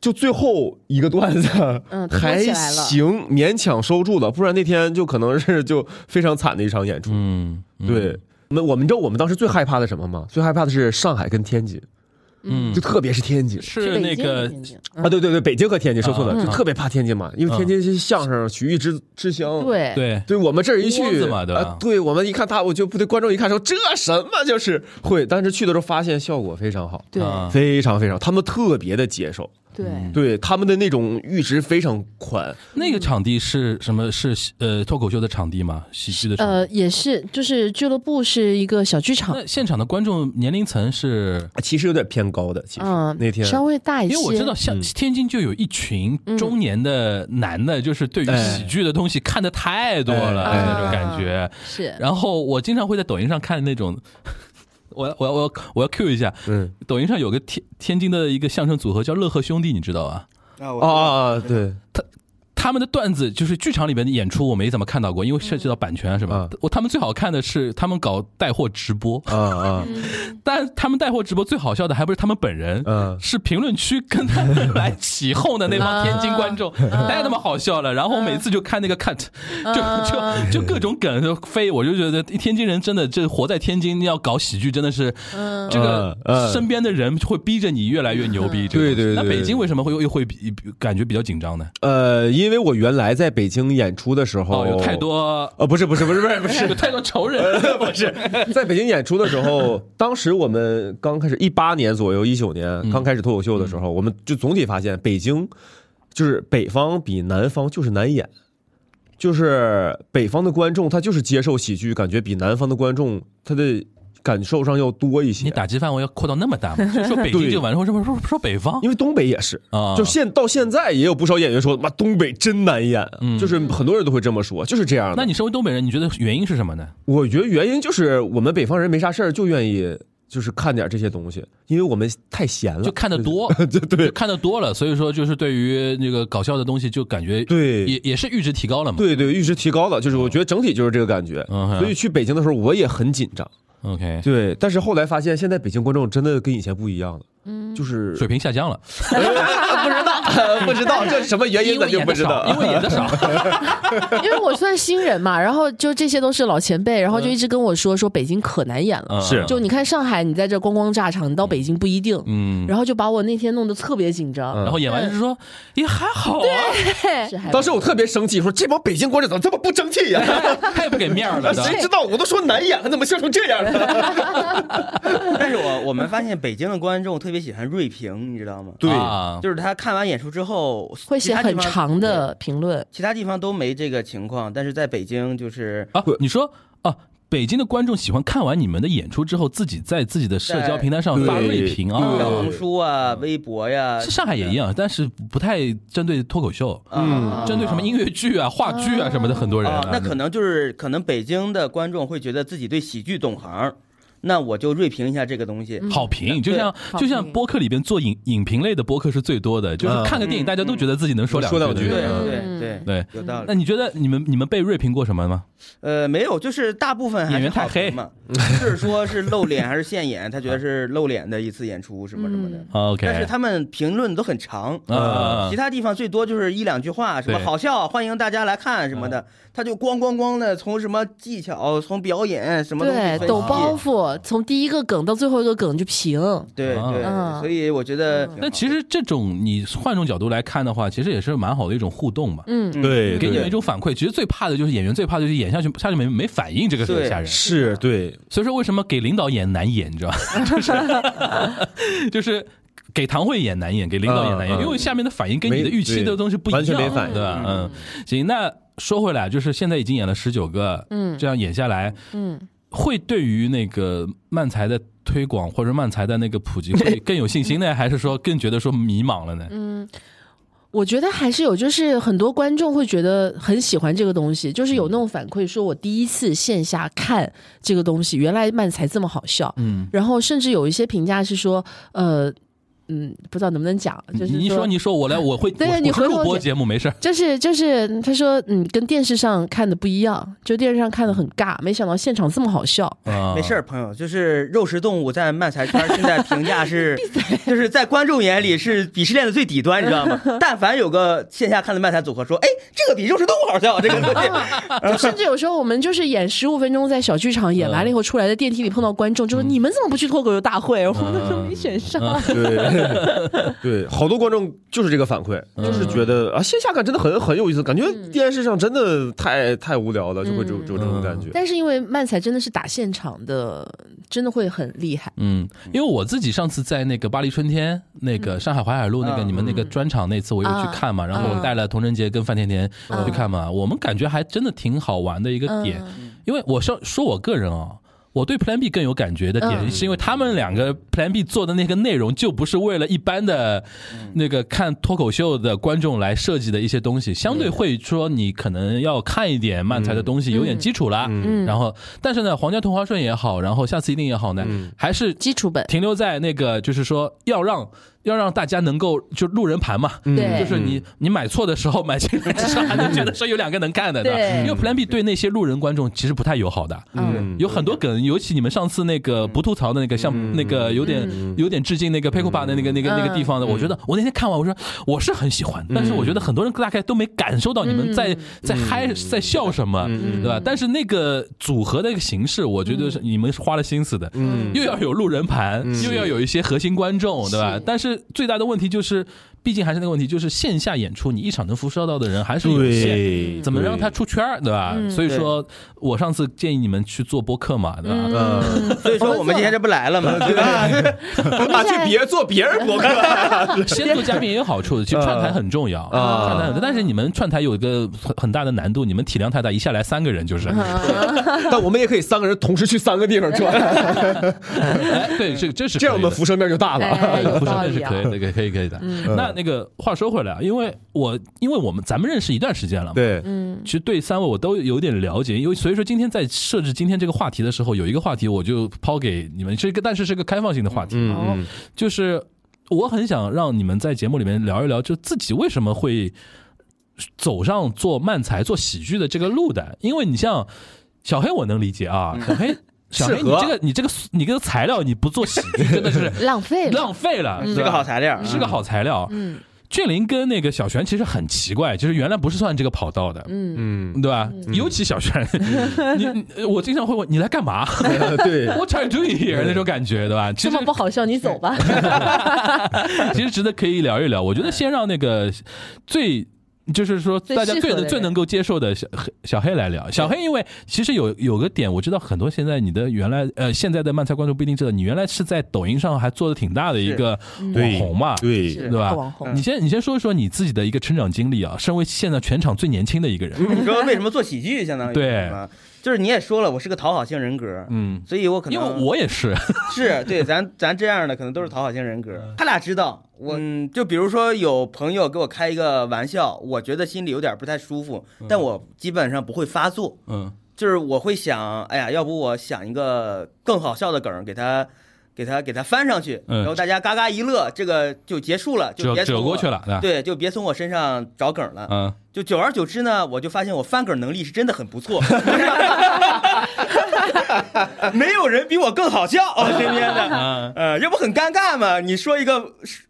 S3: 就最后一个段子，
S5: 嗯拖起来
S3: 还
S5: 了
S3: 行，勉强收住了，不然那天就可能是就非常惨的一场演出。
S2: 嗯，嗯，
S3: 对，我们我们知道我们当时最害怕的什么吗？最害怕的是上海跟天津，
S2: 嗯
S3: 就，特别是天津。
S2: 是那个
S5: 嗯
S3: 啊，对对对，北京和天津说错了，
S2: 嗯
S3: 就特别怕天津嘛，因为天津是相声曲艺之之乡。，
S5: 嗯对
S2: 对，
S3: 对我们这儿一去
S2: 窝子嘛对吧
S3: 啊对我们一看他，我就不对观众一看说这什么就是会，但是去的时候发现效果非常好，
S5: 对
S2: 啊嗯
S3: 非常非常，他们特别的接受，
S5: 对
S3: 嗯对他们的那种阈值非常宽，
S2: 那个场地是什么？是呃脱口秀的场地吗？喜剧的场地？
S5: 呃，也是，就是俱乐部是一个小剧场，
S2: 那现场的观众年龄层是？
S3: 其实有点偏高的，其实
S5: 嗯，
S3: 那天
S5: 稍微大一
S2: 因
S5: 些，
S2: 为我知道，
S3: 嗯
S2: 像天津就有一群中年的男的，就是对于
S3: 哎
S2: 喜剧的东西看的太多了
S3: 哎
S2: 那种感觉。
S5: 是
S2: 然后我经常会在抖音上看那种， 我要我要我要我要 Q 一下，
S3: 嗯
S2: 抖音上有个天天津的一个相声组合叫乐呵兄弟，你知道吧？
S4: 啊，我
S3: 啊啊啊对
S2: 他们的段子就是剧场里面的演出，我没怎么看到过，因为涉及到版权啊什么
S3: 嗯。
S2: 我他们最好看的是他们搞带货直播，
S3: 啊啊
S2: 但他们带货直播最好笑的还不是他们本人，
S3: 嗯
S2: 是评论区跟他们来起哄的那帮天津观众，太他妈好笑了。然后我每次就看那个 cut，就就就各种梗就飞，我就觉得天津人真的这活在天津要搞喜剧真的是，这个
S3: 嗯嗯
S2: 身边的人会逼着你越来越牛逼。这个东西
S3: 对对对
S2: 那
S3: 对
S2: 北京为什么会又又会比比感觉比较紧张呢？
S3: 呃，因为我原来在北京演出的时候，
S2: 哦，有太多。
S3: 呃，不是不是不是不是不
S2: 有
S3: 是，
S2: 太多仇 人，不是？
S3: 在北京演出的时候，当时我们刚开始一八年左右，一九
S2: 嗯
S3: 年刚开始脱口秀的时候，我们就总体发现北京就是北方比南方就是难演，就是北方的观众他就是接受喜剧，感觉比南方的观众他的感受上要多一些。
S2: 你打击范围要扩到那么 大吗？就说北京
S3: 对
S2: 就完了，为什么说说北方
S3: 因为东北也是
S2: 啊
S3: 就现到现在也有不少演员说，妈东北真难演，
S2: 嗯
S3: 就是很多人都会这么说，就是这样的。
S2: 那你身为东北人，你觉得原因是什么呢？
S3: 我觉得原因就是我们北方人没啥事儿就愿意就是看点这些东西，因为我们太闲了，
S2: 就看得多，
S3: 对对
S2: 就看得多了，所以说就是对于那个搞笑的东西，就感觉
S3: 对
S2: 也也是阈值提高了嘛。
S3: 对对，阈值提高了，就是我觉得整体就是这个感觉。
S2: 嗯哼
S3: 所以去北京的时候我也很紧张，
S2: ，OK，
S3: 对。但是后来发现，现在北京观众真的跟以前不一样了，嗯，就是
S2: 水平下降了，
S3: 不知道这是什么原因，
S2: 因
S3: 咱
S2: 为
S3: 就
S2: 演
S3: 不
S2: 的
S3: 知道
S2: 少，。因为演的少，
S5: 因为我算新人嘛，然后就这些都是老前辈，然后就一直跟我说说北京可难演了。
S2: 嗯
S3: 是
S5: 就你看上海，你在这观光炸场，你到北京不一定。
S2: 嗯，
S5: 然后就把我那天弄得特别紧
S3: 嗯
S5: 张。
S2: 然后演完是说也还好啊，
S5: 是还
S3: 当时我特别生气，说这帮北京观众怎么这么不争气呀、
S2: 太不给面儿了的，
S3: 啊谁知道我都说难演了，怎么笑成这样呢？
S4: 但是我我们发现北京的观众特别喜欢锐评，你知道吗？
S3: 对
S2: 啊，
S4: 就是他看完演出之后，
S5: 会
S4: 其
S5: 写
S4: 他地
S5: 很
S4: 方
S5: 长，的评论，
S4: 其他地方都没这个情况，但是在北京就是
S2: 啊，你说啊，北京的观众喜欢看完你们的演出之后，自己在自己的社交平台上发
S3: 对
S2: 锐评
S4: 小
S2: 啊
S3: 嗯。
S4: 红书啊、微博呀、
S2: 是上海也一样，但是不太针对脱口秀，
S4: 嗯
S2: 针对什么音乐剧啊、话剧啊什么的，很多人
S4: 啊
S2: 啊。，
S4: 那可能就是可能北京的观众会觉得自己对喜剧懂行，那我就锐评一下这个东西。
S2: 好评，就像
S5: 嗯好
S2: 就像
S5: 评
S2: 播客里边做影影评类的播客是最多的，就是
S3: 嗯
S2: 看个电影，
S4: 嗯
S2: 大家都觉得自己能说两
S3: 说两
S2: 句
S3: 句
S4: 对
S2: 的。
S4: 对
S3: 嗯
S4: 对，
S2: 对，
S4: 有道
S2: 那
S4: 理。
S2: 你觉得你们你们被锐评过什么吗？
S4: 呃，没有，就是大部分还
S2: 演
S4: 是
S2: 员太
S4: 好评
S2: 黑
S4: 嘛，是说是露脸还是现眼，他觉得是露脸的一次演出什么什么的
S5: 嗯。
S2: 啊
S4: 但是
S2: ，OK，
S4: 他们评论都很长，呃
S2: 啊
S4: 其他地方最多就是一两句话，什么
S2: 对嗯
S4: 好笑，欢迎大家来看什么的，他就咣咣咣的从什么技巧，从表演什么东西
S5: 对
S4: 分析，
S5: 抖包袱，从第一个梗到最后一个梗就平，
S4: 对对，
S5: 嗯
S4: 所以我觉得挺好的，
S2: 但其实这种你换种角度来看的话，其实也是蛮好的一种互动嘛，
S5: 嗯，
S3: 对，
S2: 给你们
S3: 对
S2: 一种反馈。其实最怕的就是演员最怕的就是演下去下去没没反应，这个是很
S4: 对
S2: 吓人。
S3: 是对，
S2: 所以说为什么给领导演难演，你知道吧？就是 就是给堂会演难演，给领导演难演，
S3: 嗯嗯
S2: 因为下面的反应跟你的
S3: 没
S2: 预期的
S3: 对
S2: 东西不一样，
S3: 完全没反应
S2: 对吧？嗯，行，那说回来，就是现在已经演了十九个，
S5: 嗯
S2: 这样演下来，
S5: 嗯，
S2: 会对于那个漫才的推广或者漫才的那个普及会更有信心呢，还是说更觉得说迷茫了呢？
S5: 我觉得还是有，就是很多观众会觉得很喜欢这个东西，就是有那种反馈，说我第一次线下看这个东西，原来漫才这么好笑，
S2: 嗯，
S5: 然后甚至有一些评价是说，呃，嗯，不知道能不能讲，就
S2: 你
S5: 是
S2: 你说你说我来，我会，
S5: 对
S2: 我
S5: 你
S2: 我是
S5: 回头
S2: 录播
S5: 讲
S2: 节目没事儿，
S5: 就是就是，他说嗯，跟电视上看的不一样，就电视上看的很尬，没想到现场这么好笑。
S2: 啊
S4: 没事儿，朋友，就是肉食动物在漫才圈现在评价是，就是在观众眼里是鄙视链的最底端，你知道 吗？但凡有个线下看的漫才组合说，哎，这个比肉食动物好笑，这个东西，
S5: 就甚至有时候我们就是演十五分钟，在小剧场演完了以后，出来的电梯里碰到观众，就
S2: 嗯
S5: 说你们怎么不去脱口秀大会？我们都没选上。
S3: 对 对，好多观众就是这个反馈，就是觉
S2: 嗯
S3: 得啊，线下感真的很很有意思，感觉电视上真的太太无聊了，就会有
S2: 嗯
S3: 有这种感觉。
S5: 但是因为漫才真的是打现场的，真的会很厉害。
S2: 嗯，因为我自己上次在那个巴黎春天、那个上海淮海路那个
S4: 嗯啊
S2: 你们那个专场那次，我有去看嘛，然后我带了童晨杰跟范甜甜
S4: 嗯
S2: 去看嘛，我们感觉还真的挺好玩的一个点，
S4: 嗯
S2: 因为我说说我个人哦。我对 Plan B 更有感觉的点，
S4: 嗯
S2: 是因为他们两个 Plan B 做的那个内容，就不是为了一般的
S4: 嗯
S2: 那个看脱口秀的观众来设计的一些东西，相
S4: 嗯
S2: 对会说你可能要看一点漫才的东西，有点基础了。
S5: 嗯
S2: 然后，但是呢，皇家同花顺也好，然后下次一定也好呢，还是
S5: 基础本，
S2: 停留在那个，就是说要让要让大家能够就路人盘嘛，
S5: 对
S2: 嗯就是你你买错的时候买进来，至少还能觉得说有两个能看的，
S5: 对
S2: 吧因为 Plan B 对那些路人观众其实不太友好的。
S5: 嗯，
S2: 有很多梗，尤其你们上次那个不吐槽的那个，像那个有点有点致敬那个 p e c o p a 的那个那个那个地方的，我觉得我那天看完，我说我是很喜欢，但是我觉得很多人大概都没感受到你们在在嗨在笑什么，对吧？但是那个组合的那个形式，我觉得是你们是花了心思的，又要有路人盘，又要有一些核心观众，对吧？但是最大的问题就是毕竟还是那个问题，就是线下演出你一场能辐射到的人还是有限。
S5: 嗯
S2: 怎么让他出圈儿，对吧？所以说我上次建议你们去做播客嘛，对吧？
S3: 嗯，
S4: 所以说我们今天这不来了嘛，对吧？
S3: 那去别做别 人博客，
S2: 先做嘉宾也有好处，其实串台很重要，
S3: 啊
S2: 串台很重要。但是你们串台有一个很很大的难度，你们体量太大，一下来三个人就是。
S5: 啊
S3: 但我们也可以三个人同时去三个地方 转，
S2: 哎，对，这这是
S3: 这样我们
S2: 可以的
S3: 辐射面就大了。
S5: 哎，有
S2: 不是
S5: 道
S2: 那是
S5: 理啊嗯
S2: 可以。的，可以可以可以的。那那个话说回来啊，因为我因为我们咱们认识一段时间了嘛，
S3: 对，
S2: 其实对三位我都有点了解，因为所以说今天在设置今天这个话题的时候，有一个话题我就抛给你们，这个但是是个开放性的话题，
S3: 嗯
S2: 就是我很想让你们在节目里面聊一聊，就自己为什么会走上做漫才、做喜剧的这个路的，因为你像小黑，我能理解啊，小黑。小黑，
S3: 适
S2: 你
S3: 合
S2: 这个你这个你这个材料你不做喜剧真的是
S6: 浪费了。
S2: 浪费了，
S4: 嗯是个好材料，啊
S2: 是个好材料。
S6: 嗯
S2: 俊林跟那个小璇其实很奇怪，就是原来不是算这个跑道的，
S6: 嗯，
S3: 嗯，
S2: 对吧？尤其小璇，你你我经常会问你来干嘛
S3: 对，
S2: ？What are you doing here？那种感觉，对吧？其
S5: 这
S2: 实
S5: 么不好笑，你 走吧。
S2: 嗯其实值得可以聊一聊。我觉得先让那个最。就是说，
S5: 最
S2: 大家
S5: 适合
S2: 哎最
S5: 的
S2: 能
S5: 人
S2: 最能够接受的小黑小黑来聊。小黑，因为其实有有个点，我知道很多现在你的原来呃现在的漫才观众不一定知道，你原来是在抖音上还做的挺大的一个网红嘛，
S3: 对，
S5: 是
S2: 对吧？
S5: 网红
S2: 你先你先说一说你自己的一个成长经历啊，身为现在全场最年轻的一个人，
S4: 你说为什么做喜剧相当于
S2: 对
S4: 是吧就是你也说了，我是个讨好型人格，
S2: 嗯，
S4: 所以我可
S2: 因
S4: 能
S2: 为我也是，
S4: 是对咱咱这样的可能都是讨好型人
S2: 嗯
S4: 格。他俩知道我，嗯就比如说有朋友给我开一个玩笑，我觉得心里有点不太舒服，但我基本上不会发作，
S2: 嗯
S4: 就是我会想，哎呀，要不我想一个更好笑的梗儿给他。给他给他翻上去，
S2: 嗯
S4: 然后大家嘎嘎一乐，这个就结束了，就
S2: 折
S4: 别从
S2: 折过
S4: 我
S2: 去了，对吧？
S4: 对，就别从我身上找梗了。
S2: 嗯，
S4: 就久而久之呢，我就发现我翻梗能力是真的很不错， 没有人比我更好笑，身边
S2: 嗯
S4: 的，呃，要不很尴尬嘛？你说一个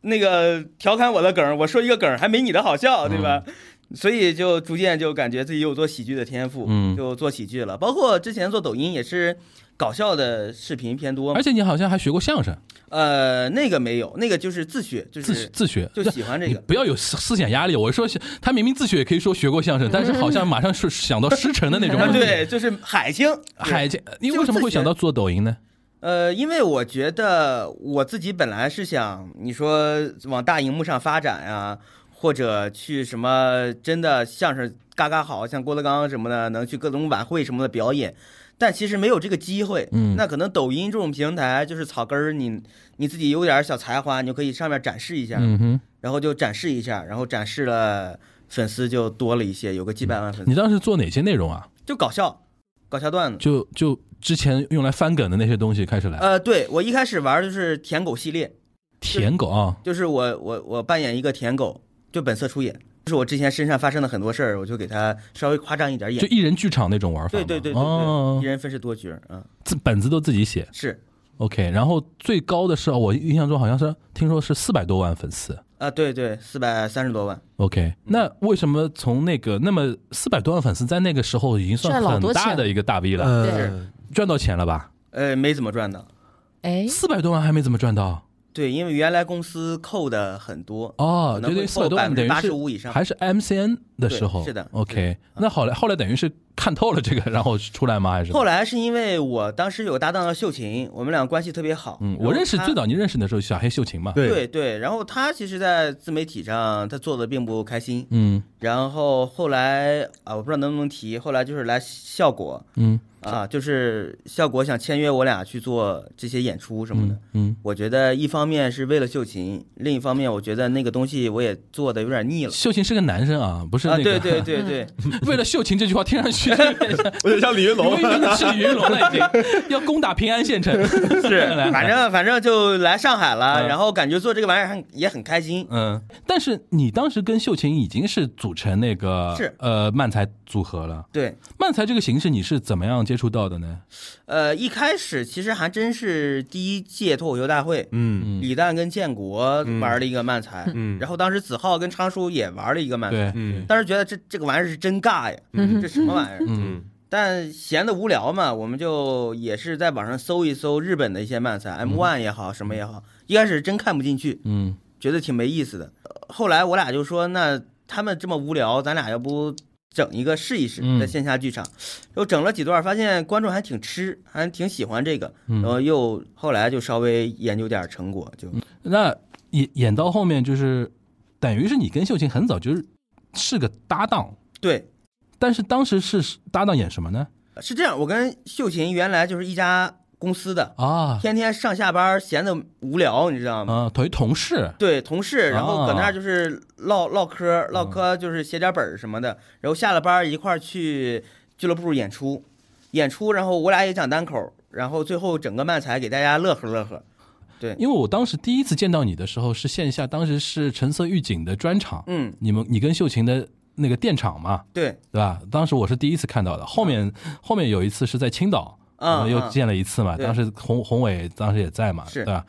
S4: 那个调侃我的梗，我说一个梗还没你的好笑，对吧？
S2: 嗯
S4: 所以就逐渐就感觉自己有做喜剧的天赋，
S2: 嗯
S4: 就做喜剧了。包括之前做抖音也是搞笑的视频偏多
S2: 嗯
S4: 嘛
S2: 而，且你好像还学过相声，
S4: 呃，那个没有，那个就是自学，就
S2: 自
S4: 是
S2: 自学，
S4: 就喜欢这
S2: 你
S4: 个。
S2: 不要有思思想压力。我说是他明明自学也可以说学过相声，但是好像马上是想到师承的那种
S4: 啊
S2: 感觉。
S4: 对，就是海清，对
S2: 海清，你为什么会想到做抖音呢？
S4: 呃，因为我觉得我自己本来是想，你说往大荧幕上发展呀、或者去什么真的相声嘎嘎好，像郭德纲什么的，能去各种晚会什么的表演，但其实没有这个机会。
S2: 嗯
S4: 那可能抖音这种平台就是草根儿，你你自己有点小才华，你就可以上面展示一下，
S2: 嗯哼，
S4: 然后就展示一下，然后展示了，粉丝就多了一些，有个几百万粉丝，
S2: 你当时做哪些内容啊？
S4: 就搞笑，搞笑段子。
S2: 就就之前用来翻梗的那些东西开始来，
S4: 呃，对我一开始玩儿就是舔狗系列，
S2: 舔狗啊，
S4: 就是我我我扮演一个舔狗，就本色出演，就是我之前身上发生的很多事儿，我就给他稍微夸张一点
S2: 就
S4: 演。
S2: 一人剧场那种玩法
S4: 对
S2: 吗。
S4: 对对对对，
S2: 哦
S4: 一，人分饰多角儿啊，
S2: 自本子都自己写。
S4: 是
S2: OK，然后最高的是我印象中好像是听说是四百多万粉丝。
S4: 啊，对对，四百三十多万，
S2: OK，那为什么从那个那么四百多万粉丝在那个时候已经算
S5: 赚老
S2: 很
S5: 多
S2: 大
S5: 钱呃
S2: 的一个大 V 了，
S3: 嗯，
S2: 赚到钱了吧？
S4: 呃，没怎么赚到。
S5: 哎，
S2: 四百多万还没怎么赚到
S4: 对，因为原来公司扣的很多，
S2: 哦，
S4: 可能
S2: 对对，
S4: 会
S2: 四百
S4: 扣
S2: 多
S4: 百
S2: 万
S4: 分
S2: 等
S4: 之
S2: 于
S4: 八
S2: 是
S4: 十五以上。
S2: 还是 MCN 的时候，
S4: 对是的
S2: ，OK，那后来后来等于是看透了这个，然后出来吗？还是
S4: 后来是因为我当时有个搭档叫秀琴，我们俩关系特别好。
S2: 嗯，
S4: 然
S2: 我
S4: 后
S2: 认识
S4: 她
S2: 最早你认识的时候，小黑秀琴嘛，，
S4: 对对，然后他其实，在自媒体上他做的并不开心，
S2: 嗯
S4: 然后后来啊，我不知道能不能提，后来就是来效果，
S2: 嗯
S4: 啊，就是效果想签约我俩去做这些演出什么的。
S2: 嗯嗯，
S4: 我觉得一方面是为了秀琴，另一方面我觉得那个东西我也做的有点腻了。
S2: 秀琴是个男生啊，不是
S4: 啊，
S2: 那个，
S4: 对对，对对，
S2: 为了秀琴这句话听上去有 点
S3: 有点像李云龙，
S2: 是李云龙了，已经要攻打平安县城，
S4: 是
S2: 来来，
S4: 反正反正就来上海了，
S2: 嗯
S4: 然后感觉做这个玩意儿很也很开心。
S2: 嗯，但是你当时跟秀琴已经是组成那个
S4: 是
S2: 呃漫才组合了。
S4: 对，
S2: 漫才这个形式你是怎么样接触到的呢？
S4: 呃，一开始其实还真是第一届脱口秀大会，
S3: 嗯
S4: 李诞跟建国
S2: 嗯
S4: 玩了一个漫才，
S3: 嗯
S4: 然后当时子浩跟昌叔也玩了一个漫才，
S2: 对，
S3: 嗯
S4: 当时觉得这这个玩意儿是真尬呀，这什么玩意儿？
S2: 嗯
S4: 但闲得无聊嘛，我们就也是在网上搜一搜日本的一些漫才，M One 也好，什么也好。一开始真看不进去，
S2: 嗯
S4: 觉得挺没意思的。呃后来我俩就说，那他们这么无聊，咱俩要不整一个试一试，
S2: 嗯
S4: 在线下剧场，又整了几段，发现观众还挺吃，还挺喜欢这个，
S2: 嗯
S4: 然后又后来就稍微研究点成果，就
S2: 嗯那演演到后面就是，等于是你跟秀琴很早就是是个搭档，
S4: 对。
S2: 但是当时是搭档演什么呢？
S4: 是这样，我跟秀琴原来就是一家公司的，
S2: 啊
S4: 天天上下班闲的无聊，你知道吗？
S2: 啊，等于同事
S4: 对，同事，然后搁那
S2: 啊
S4: 儿就是唠唠嗑，唠嗑就是写点本儿什么的，然后下了班儿一块儿去俱乐部演出，演出，然后我俩也讲单口，然后最后整个漫才给大家乐呵乐呵。
S2: 因为我当时第一次见到你的时候是线下，当时是橙色预警的专场，
S4: 嗯，
S2: 你们你跟秀琴的那个电场嘛，
S4: 对，
S2: 对吧？当时我是第一次看到的，后面后面有一次是在青岛，
S4: 啊
S2: 我们又
S4: 啊
S2: 见了一次嘛。
S4: 对
S2: 当时宏宏伟当时也在嘛，
S4: 是
S2: 对吧？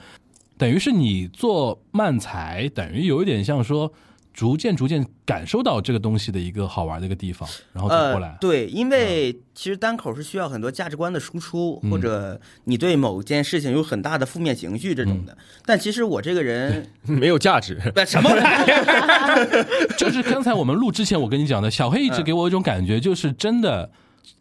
S2: 等于是你做漫才，等于有一点像说，逐渐逐渐感受到这个东西的一个好玩的一个地方，然后走过来。
S4: 呃。对，因为其实单口是需要很多价值观的输出，
S2: 嗯
S4: 或者你对某件事情有很大的负面情绪这种
S2: 嗯
S4: 的。但其实我这个人，
S3: 没有价值。
S4: 不什么玩意儿 呃
S2: 就是刚才我们录之前，我跟你讲的，小黑一
S4: 嗯
S2: 直给我一种感觉，就是真的，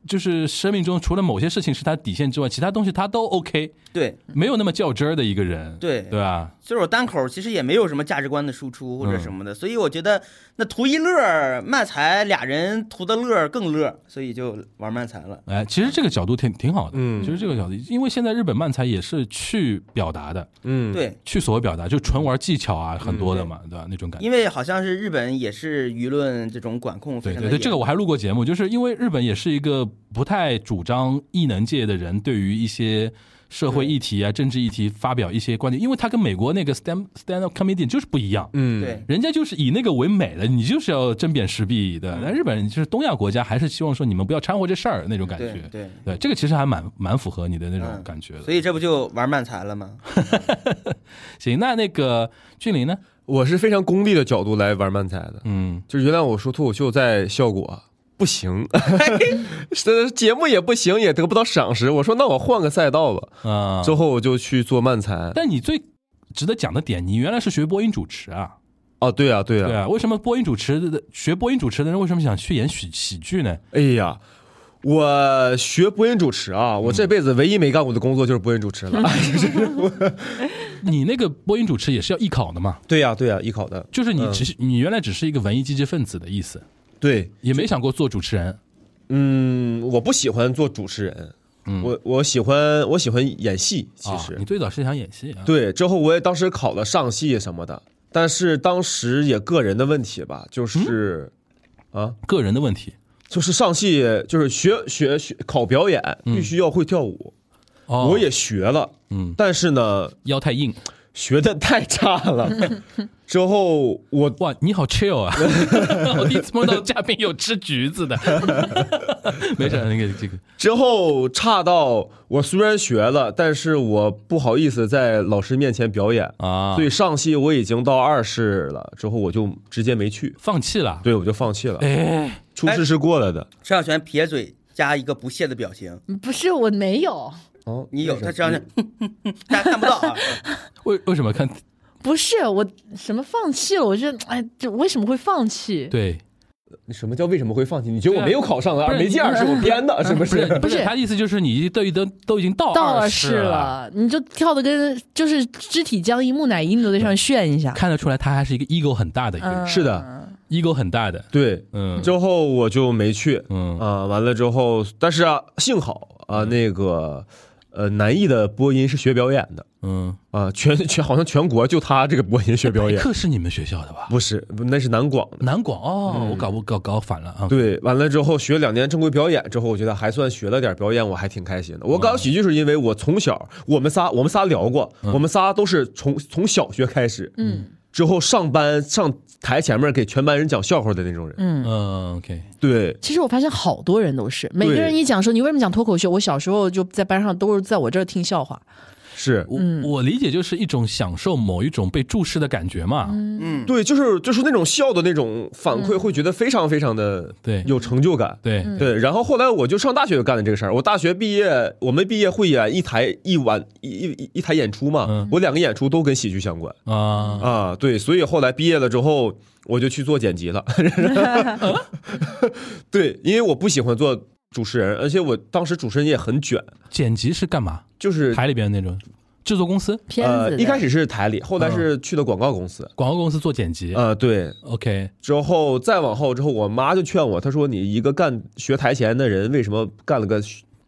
S2: 就是生命中除了某些事情是他底线之外，其他东西他都 OK，
S4: 对，
S2: 没有那么较真儿的一个人，
S4: 对
S2: 对吧？
S4: 就是我单口其实也没有什么价值观的输出
S2: 嗯
S4: 或者什么的，所以我觉得那图一乐儿，漫才俩人图的乐儿更乐儿，所以就玩漫才了。
S2: 哎，其实这个角度挺挺好的，
S3: 嗯
S2: 其实这个角度，因为现在日本漫才也是去表达的，
S3: 嗯，
S4: 对，
S2: 去所谓表达，就纯玩技巧啊，很多的嘛，对吧？那种感觉。
S4: 因为好像是日本也是舆论这种管控非
S2: 对
S4: 常
S2: 对
S4: 的
S2: 对，
S4: 严。
S2: 这个我还录过节目，就是因为日本也是一个不太主张艺能界的人对于一些社会议题啊、政治议题发表一些观点，因为他跟美国那个 stand stand up comedian 就是不一样，
S3: 嗯，
S4: 对
S2: 人家就是以那个为美的，你就是要针砭时弊的。嗯但日本人就是东亚国家，还是希望说你们不要掺和这事儿那种感觉。
S4: 对对，
S2: 对，这个其实还蛮蛮符合你的那种
S4: 嗯
S2: 感觉的。
S4: 所以这不就玩漫才了吗？
S2: 行，那那个俊林呢？
S3: 我是非常功利的角度来玩漫才的，
S2: 嗯，
S3: 就是原谅我说脱口秀在效果不 行，是节目也不行，也得不到赏识。我说那我换个赛道吧，
S2: 啊、
S3: 最后我就去做漫才。
S2: 但你最值得讲的点，你原来是学播音主持啊？
S3: 哦，对啊，对
S2: 对
S3: 啊，
S2: 啊，为什么播音主持的学播音主持的人为什么想去演喜喜剧呢？
S3: 哎呀。我学播音主持啊，我这辈子唯一没干过的工作就是播音主持了。哎
S2: 你那个播音主持也是要艺考的嘛？
S3: 对呀、对呀、啊艺考的，
S2: 就是你只是、你原来只是一个文艺积极分子的意思，
S3: 对，
S2: 也没想过做主持人。
S3: 嗯，我不喜欢做主持人，我我喜欢我喜欢演戏，其实、
S2: 啊、你最早是想演戏啊？
S3: 对，之后我也当时考了上戏什么的，但是当时也个人的问题吧，
S2: 嗯
S3: 就是、啊，
S2: 个人的问题。
S3: 就是上戏就是学学学考表演必须要会跳舞，
S2: 嗯哦，
S3: 我也学了，
S2: 嗯，
S3: 但是呢
S2: 腰太硬。
S3: 学的太差 了，之后我
S2: 哇，你好 chill 啊！我第一次碰到嘉宾有吃橘子的，没事，那个这个
S3: 之后差到我虽然学了，但是我不好意思在老师面前表演
S2: 啊
S3: 所以上戏我已经到二试了，之后我就直接没去，
S2: 放弃了。
S3: 对我就放弃了。
S2: 哎，
S3: 初试是过了的，
S4: 陈小泉撇嘴加一个不屑的表情，
S5: 不是我没有，
S3: 哦，
S4: 你有他陈小泉，大家看不到啊。
S2: 为为什么看？
S5: 不是我什么放弃了，我是哎，这为什么会放弃？
S2: 对，
S3: 你什么叫为什么会放弃？你觉得我
S2: 对啊
S3: 没有考上啊？
S2: 不是
S3: 没进二试，我编的，是 不是？
S5: 不是
S2: 他的意思就是你都已经都已经到
S5: 到
S2: 二
S5: 了
S2: 试
S5: 是，了，你就跳的跟就是肢体僵硬、木乃伊，你都得上炫一下。
S2: 看得出来他还是一个 ego 很大的一个人
S5: 嗯
S3: 是的，
S2: ，ego 很大的，
S3: 对，
S2: 嗯
S3: 之后我就没去，
S2: 嗯
S3: 啊，完了之后，但是啊，幸好啊，那个呃，南艺的播音是学表演的
S2: 嗯，
S3: 啊，全全好像全国就他这个播音学表
S2: 北
S3: 演，嗯
S2: 克是你们学校的吧？
S3: 不是，不那是南广的。
S2: 南广哦，我搞我搞搞反 了啊。
S3: 嗯对，完了之后学两年正规表演之后，我觉得还算学了点表演，我还挺开心
S2: 嗯
S3: 的。我搞喜剧是因为我从小，我们仨我们仨聊过，
S2: 嗯
S3: 我们仨都是从从小学开始，
S5: 嗯
S3: 之后上班上台前面给全班人讲笑话的那种人。
S5: 嗯，
S2: 嗯，OK，
S3: 对，
S5: 其实我发现好多人都是，每个人一讲说你为什么讲脱口秀，我小时候就在班上都是在我这儿听笑话，
S3: 是
S2: 我
S5: 嗯
S2: 我理解就是一种享受某一种被注视的感觉嘛，
S4: 嗯，
S3: 对，就是就是那种笑的那种反馈，
S5: 嗯
S3: 会觉得非常非常的
S2: 对
S3: 有成就感。
S2: 对，
S3: 对，然后后来我就上大学就干的这个事儿。我大学毕业，我们毕业汇演一台一晚一一一台演出嘛，
S2: 嗯
S3: 我两个演出都跟喜剧相关
S5: 嗯
S2: 啊，
S3: 啊。对，所以后来毕业了之后，我就去做剪辑了。 对，因为我不喜欢做主持人，而且我当时主持人也很卷，
S2: 剪辑是干嘛？
S3: 就是
S2: 台里边那种制作公司、
S5: 片子
S3: 呃
S5: 的
S3: 一开始是台里，后来是
S2: 嗯
S3: 去的广告公司。
S2: 广告公司做剪辑。
S3: 啊，对，
S2: OK，
S3: 之后再往后之后，我妈就劝我，她说：“你一个干学台前的人，为什么干了个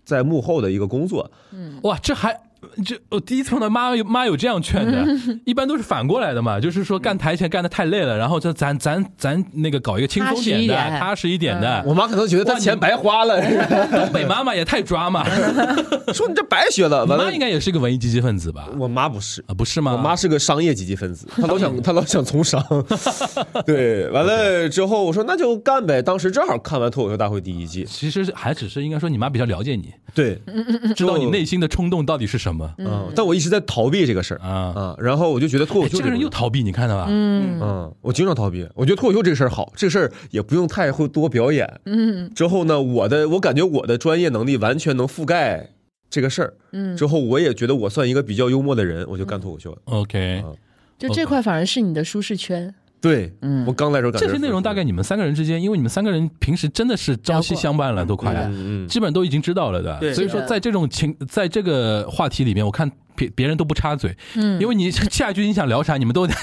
S3: 在幕后的一个工作？
S2: 哇，这还这我第一次碰到妈有妈有这样劝的，一般都是反过来的嘛，就是说干台前干的太累了，然后就咱咱咱那个搞一个轻松点的、
S5: 踏实一点
S2: 踏实一点的。
S3: 我妈可能觉得她钱白花 了，
S2: 东北妈妈也太抓嘛，
S3: 说你这白学了。
S2: 你
S3: 完
S2: 妈
S3: 了，
S2: 应该也是个文艺积极分子吧？
S3: 我妈不是，
S2: 啊，不嗯是吗？
S3: 我妈是个商业积极 分子，她老想她老想从商。 对，完了之后我说那就干呗。当时正好看完《脱口秀大会》第一季，
S2: 其实还只是应该说你妈比较了解你，
S3: 对，
S2: 知道你内心的冲动到底是什么
S3: 嗯，但我一直在逃避这个事儿
S2: 啊。
S3: 啊。然后我就觉得脱口
S2: 哎
S3: 秀
S2: 这个人又逃避，你看到吧？
S3: 嗯，我经常逃避。我觉得脱口秀这个事儿好，这个事儿也不用太会多表演。嗯，之后呢，我的我感觉我的专业能力完全能覆盖这个事儿。嗯，之后我也觉得我算一个比较幽默的人，我
S2: 嗯
S3: 就干脱口秀了。
S2: OK，
S5: 就这块反而是你的舒适圈，
S3: 对，嗯，我刚来的时候感觉
S2: 这些内容大概你们三个人之间，因为你们三个人平时真的是朝夕相伴了，都快啊，
S3: 嗯嗯
S2: 基本都已经知道了的。
S4: 对
S2: 所以说，在这种情，在这个话题里面，我看别别人都不插嘴，因为你 下一句你想聊啥，你们都对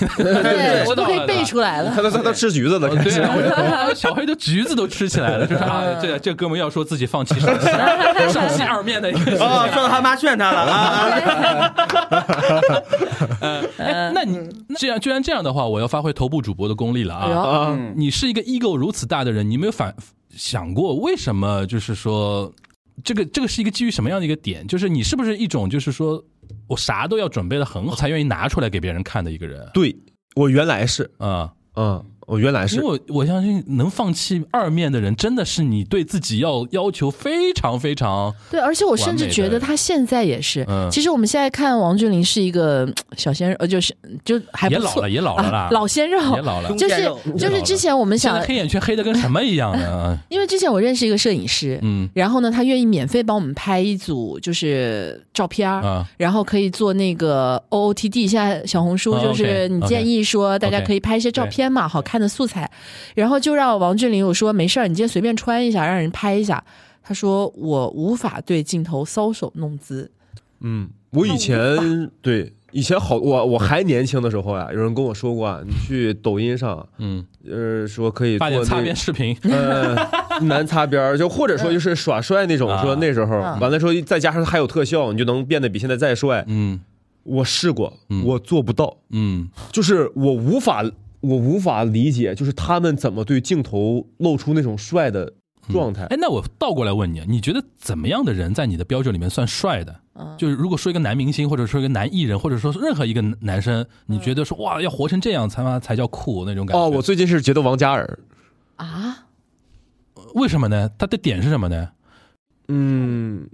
S5: 我都可以背出来了。
S3: 他他他他吃橘子了，开
S2: 哦对
S3: 始
S2: 啊， 小黑的橘子都吃起来了，就是啊， 这这哥们要说自己放弃陕西二陕西二面的一个事情
S4: 哦，说到他妈劝他了啊，
S2: 哎， 那你这样居然这样的话，我要发挥头部主播的功力了
S5: 哎
S2: 啊！
S5: 呦，
S2: 你是一个 ego 如此大的人，你有没有反想过为什么？就是说，这个这个是一个基于什么样的一个点？就是你是不是一种就是说我啥都要准备的很好，才愿意拿出来给别人看的一个人
S3: 对，我原来是，
S2: 啊？
S3: 嗯，我原来
S2: 因
S3: 是
S2: 为，我我相信能放弃二面的人，真的是你对自己要要求非常非常
S5: 对，而且我甚
S2: 完美
S5: 至
S2: 的
S5: 觉得他现在也是。
S2: 嗯
S5: 其实我们现在看王俊霖是一个嗯小鲜肉，呃，就是就还不
S2: 也老
S5: 错，
S2: 了，也老了啦，
S5: 啊老鲜肉，
S2: 也老了。
S5: 就
S4: 中间
S5: 是
S4: 肉
S5: 就是之前我们
S2: 现
S5: 想
S2: 在，黑眼圈黑的跟什么一样呢？
S5: 因为之前我认识一个摄影师，
S2: 嗯
S5: 然后呢，他愿意免费帮我们拍一组就是照片儿
S2: 啊，
S5: 然后可以做那个 OOTD。现在小红书
S2: 哦
S5: 就
S2: OK，
S5: 是你建议说大家
S2: OK，
S5: 可以拍一些照片嘛，好看的素材。然后就让王俊霖我说没事儿，你今天随便穿一下，让人拍一下。他说我无法对镜头搔首弄姿，
S3: 嗯，我以前对。以前好，我我还年轻的时候呀、有人跟我说过啊，你去抖音上，啊
S2: 嗯，
S3: 呃，说可以做
S2: 发点擦
S3: 那
S2: 边视 频，
S3: 呃，男擦边儿，就或者说就是耍帅那种，
S2: 啊
S3: 说那时候
S5: 嗯
S3: 完了之后再加上还有特效，你就能变得比现在再帅。
S2: 嗯
S3: 我试过
S2: 嗯，
S3: 我做不到，
S2: 嗯
S3: 就是我无法，我无法理解，就是他们怎么对镜头露出那种帅的状态。
S2: 哎，那我倒过来问你，你觉得怎么样的人在你的标准里面算帅的？就是如果说一个男明星，或者说一个男艺人，或者说任何一个男生，你觉得说哇，要活成这样才妈才叫酷那种感觉？
S3: 哦，我最近是觉得王嘉尔，
S5: 啊，
S2: 为什么呢？他的点是什么呢？
S3: 嗯，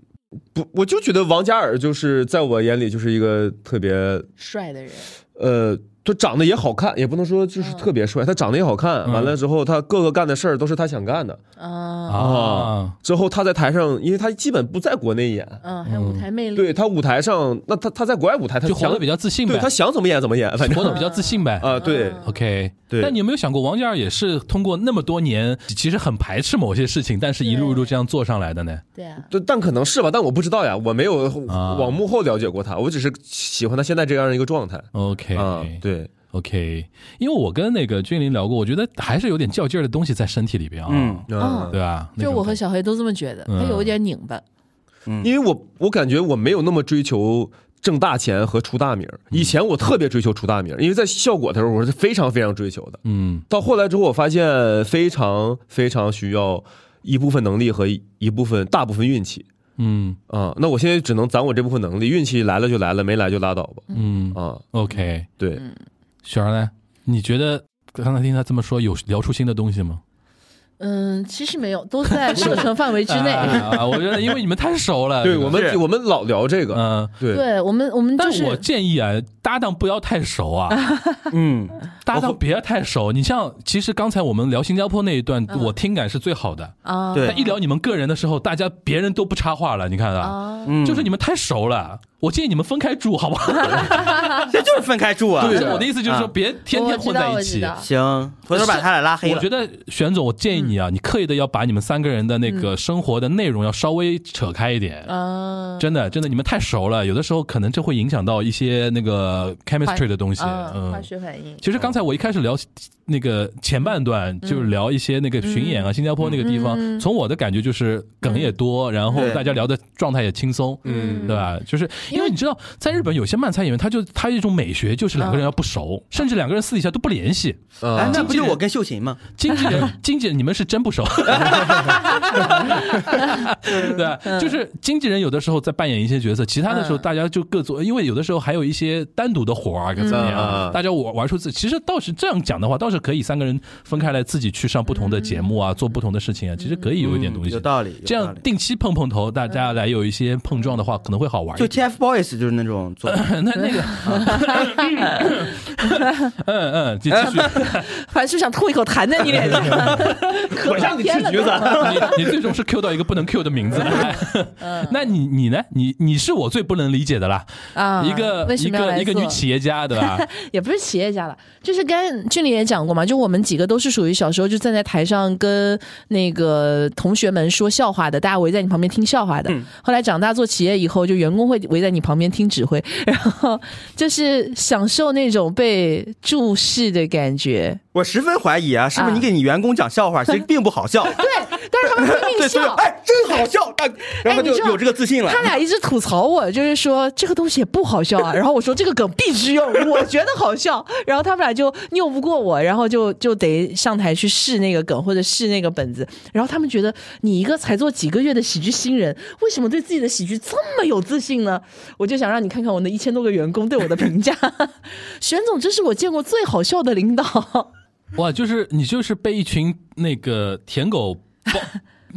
S3: 不，我就觉得王嘉尔就是在我眼里就是一个特别
S5: 帅的人，
S3: 呃，他长得也好看，也不能说就是特别帅，他长得也好看。
S2: 嗯
S3: 完了之后，他各个干的事儿都是他想干的。
S5: 啊，
S2: 啊
S3: 啊，之后他在台上，因为他基本不在国内演，
S5: 嗯，还有舞台魅力，
S3: 对他舞台上，那他他在国外舞台，
S2: 啊
S3: 他
S2: 就活
S3: 想
S2: 得比较自信
S3: 对
S2: 呗，
S3: 他想怎么演怎么演，反
S2: 活得
S3: 正
S2: 比较自信 呗。
S3: 啊，对
S2: 嗯 OK，
S3: 对
S2: 但你有没有想过，王嘉尔也是通过那么多年，其实很排斥某些事情，但是一路一路这样做上来的呢？
S5: 对啊，
S3: 对，但可能是吧，但我不知道呀，我没有
S2: 啊
S3: 往幕后了解过他，我只是喜欢他现在这样一个状态
S2: OK，、
S3: 啊，对，
S2: OK，因为我跟那个君临聊过，我觉得还是有点较劲儿的东西在身体里边啊，
S4: 嗯
S5: 嗯
S3: 嗯
S2: 对，吧？那
S5: 就
S2: 种
S5: 我和
S2: 感
S5: 小黑都这么觉得，
S2: 嗯
S5: 他有一点拧巴，
S3: 因为我我感觉我没有那么追求。挣大钱和出大名儿，以前我特别追求出大名儿，因为在效果的时候我是非常非常追求的。
S2: 嗯
S3: 到后来之后，我发现非常非常需要一部分能力和一一部分大部分运气。
S2: 嗯
S3: 啊、那我现在只能攒我这部分能力，运气来了就来了，没来就拉倒吧。
S2: 嗯
S3: 啊、
S2: ，OK，
S3: 对，
S2: 雪儿呢？你觉得刚才听他这么说，有聊出新的东西吗？
S5: 嗯，其实没有，都在射 程范围之内。
S2: 啊，我觉得因为你们太熟了，
S3: 对
S2: 这个
S3: 我们
S4: 是
S3: 我们老聊这个，
S2: 嗯。
S3: 对，
S5: 对我们，我们
S2: 但
S5: 就是
S2: 我建议啊，搭档不要太熟啊，
S4: 嗯，
S2: 搭
S3: 哦
S2: 档别太熟。你像，其实刚才我们聊新加坡那一段，
S5: 嗯
S2: 我听感是最好的。
S5: 啊，
S4: 对
S2: 但一聊你们个人的时候，大家别人都不插话了，你看啊，
S5: 啊，
S4: 嗯
S2: 就是你们太熟了。我建议你们分开住，好不好？
S4: 这就是分开住啊。
S3: 对
S2: 我的意思 就是说，
S4: 啊
S2: 别天天混在一
S5: 我知
S2: 起。
S5: 道我知
S4: 行，回头把他俩拉黑
S2: 我
S4: 了
S2: 觉。得玄总，我建议你啊，你刻意的要把你们三个人的那个生活的内容要稍微扯开一点
S5: 道。啊，
S2: 真的，真的，你们太熟了，有的时候可能这会影响到一些那个 chemistry 的东西。
S5: 啊化
S2: 嗯，
S5: 学反应。
S2: 其实刚才我一开始聊那个前半段，就是聊一些那个巡演啊，新加坡那个地方。
S5: 嗯
S2: 从我的感觉就是梗也多，然后
S4: 对
S2: 大家聊的状态也轻松，
S3: 嗯
S2: 对吧？就是因为你知道，在日本有些漫才演员，他就他一种美学就是两个人要不熟，甚至两个人私底下都不联系。
S4: 哎
S3: 啊，，
S4: 那不就我跟秀琴吗？
S2: 经纪 人，经纪人，你们是真不熟，对，就是经纪人有的时候在扮演一些角色，其他的时候
S5: 嗯
S2: 大家就各做，因为有的时候还有一些单独的活儿啊，怎么
S3: 嗯
S2: 样，大家玩玩出自己。其实倒是这样讲的话，倒是可以三个人分开来，自己去上不同的节目啊，做不同的事情啊，其实可以有一点东西
S4: 嗯有。道理，有
S2: 这
S4: 道
S2: 样
S4: 理
S2: 定期碰碰头，大家来有一些碰撞的话，可能会好玩
S3: 哎
S4: 就
S2: 一点。
S4: TFBOYS 就是那种 做法，
S2: 那那个，嗯嗯，继续。
S5: 反正想吐一口痰在你脸 上，
S3: 我让你吃橘子，
S2: 你你最终是 Q 到一个不能 Q 的名字，
S4: 嗯
S2: 那你你呢？你你是我最不能理解的啦，
S5: 啊，
S2: 一个
S5: 为
S2: 一
S5: 什么要
S2: 个
S5: 来
S2: 一个女
S5: 做
S2: 企业家，对 吧？
S5: 也不是企业家了，就是跟俊里也讲过嘛，就我们几个都是属于小时候就站在台上跟那个同学们说笑话的，大家围在你旁边听笑话
S4: 嗯
S5: 的。后来长大做企业以后，就员工会围在你旁边听指挥， 然后就是享受那种被注视的感觉。
S4: 我十分怀疑啊，是不是
S5: 啊
S4: 你给你员工讲 笑话，其实并不好笑。
S5: 对， 但是他们拼命
S4: 对，所以
S5: 笑。
S4: 哎，真好笑，哎然后
S5: 你
S4: 就
S5: 知道
S4: 有这个自信了。
S5: 他俩一直吐槽我，就是说这个东西也不 好笑啊。然后我说这个梗必须用，我觉得好笑。然后他们俩就拗不过我，然后就就得上台去试那个梗或者试那个本子。然后他们觉得你一个才做几个月的喜剧新人，为什么对自己的喜剧这么有自信呢？我就想让你看看我那一千多个员工对我 的评价。玄总真是我见过最好笑的领导。
S2: 哇，就是你就是被一群那个舔狗 包。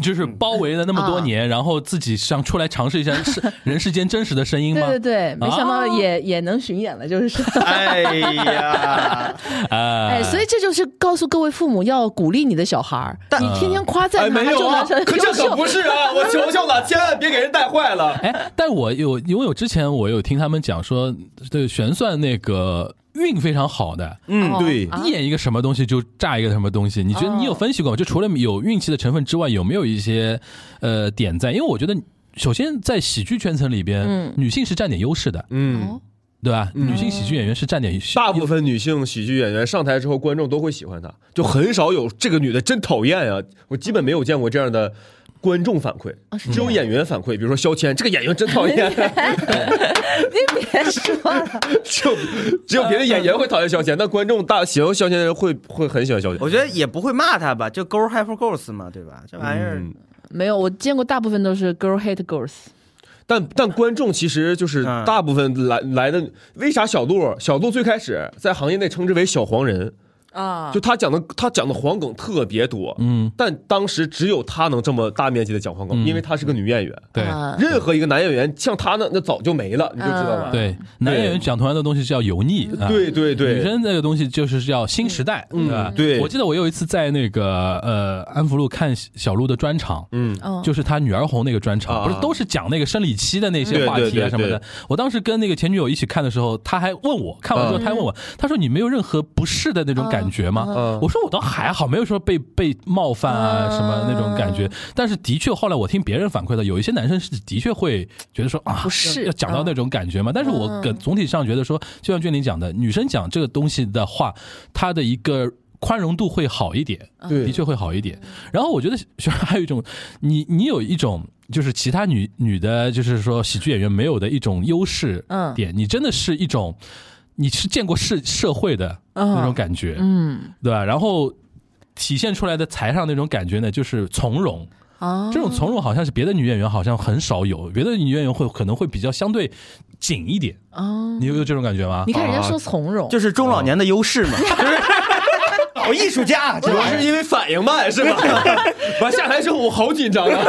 S2: 就是包围了那么
S5: 啊
S2: 多年，然后自己想出来尝试一下 是人世间真实的声音
S5: 对
S2: 吗？
S5: 对对，没想到
S2: 啊
S5: 也、也能巡演了，就是说。
S4: 哎呀，
S2: 啊，
S5: 哎，所以这就是告诉各位父母要鼓励你的小孩儿，你天天夸赞
S3: 哎，
S5: 他，
S3: 没
S5: 他
S3: 有
S5: 就
S3: 啊，
S5: 能成
S3: 可这
S5: 优
S3: 可
S5: 秀
S3: 不。是啊，我求求了，千万别给人带坏了。
S2: 哎，但我有，因为我之前我有听他们讲说，对旋算那个运非常好的，
S4: 嗯
S5: 哦
S3: 对
S5: 啊
S2: 你演一个什么东西就炸一个什么东西，你
S5: 哦
S2: 觉得你有分析过吗？就除了有运气的成分之外，有没有一些呃点在？因为我觉得，首先在喜剧圈层里边，
S5: 嗯
S2: 女性是占点优势的，
S3: 嗯，
S2: 对吧？女性喜剧演员是占点优势
S3: 大部分女性喜剧演员上台之后，观众都会喜欢她，就很少有这个女的真讨厌啊，我基本没有见过这样的。观众反馈，
S5: 哦
S3: 只有演员反馈，比如说肖谦，这个演员真讨厌，
S5: 你别说 了，
S3: 只有只有别的演员会讨厌肖谦，但观众大喜欢肖谦的人会会很喜欢肖
S4: 我
S3: 谦。
S4: 觉得也不会骂他吧，就 girl hyper girls 嘛，对吧？这玩意儿
S3: 嗯，
S5: 没有，我见过大部分都是 girl hate girls。
S3: 但但观众其实就是
S4: 嗯
S3: 大部分来来的，为啥小杜小杜最开始在行业内称之为小黄人，
S5: 啊
S3: 就他讲的他讲的黄梗特别多，
S2: 嗯，
S3: 但当时只有他能这么大面积的讲黄梗，
S2: 嗯
S3: 因为他是个女演员，
S2: 对。
S5: 啊
S3: 任何一个男演员像他那那早就没了，你就知道吧？
S2: 对，男演员讲同样的东西叫油腻，啊
S3: 对对对，嗯
S2: 女生这个东西就是叫新时代，对吧？
S3: 对
S2: 我记得我有一次在那个呃安福路看小鹿的专场，
S3: 嗯
S5: 嗯
S2: 就是他女儿红那个专场，
S3: 啊
S2: 不是都是讲那个生理期的那些话
S3: 对
S2: 题
S3: 对对
S2: 啊什么
S3: 对
S2: 的。我当时跟那个前女友一起看的时候，她还问我，看完之后
S3: 嗯
S2: 她还问我，她说你没有任何不适的那种感觉吗？
S3: 嗯
S2: 我说我倒还好，没有说被被冒犯啊
S5: 嗯
S2: 什么那种感觉。但是的确后来我听别人反馈的，有一些男生是的确会觉得说啊
S5: 不适
S2: 要要讲到那种感觉嘛。但是
S5: 嗯
S2: 我跟总体上觉得说，就像娟玲讲的，女生讲这个东西的话，她的一个宽容度会好一点。
S5: 嗯
S3: 对
S2: 的确会好一点。然后我觉得学还有一种，你你有一种就是其他女女的，就是说喜剧演员没有的一种优势
S5: 嗯
S2: 点，你真的是一种你是见过世社会的
S5: 嗯
S2: 那种感觉，
S5: 嗯
S2: 对吧？然后。体现出来的台上那种感觉呢，就是从容。
S5: 啊
S2: 这种从容好像是别的女演员好像很少有，别的女演员会可能会比较相对紧一点。
S5: 啊！
S2: 你有有这种感觉吗
S5: 你？看人家说从容，
S4: 哦就是中老年的优势嘛，就是我艺术家，
S3: 主要是因为反应慢是吧？完下台之后我好紧张啊，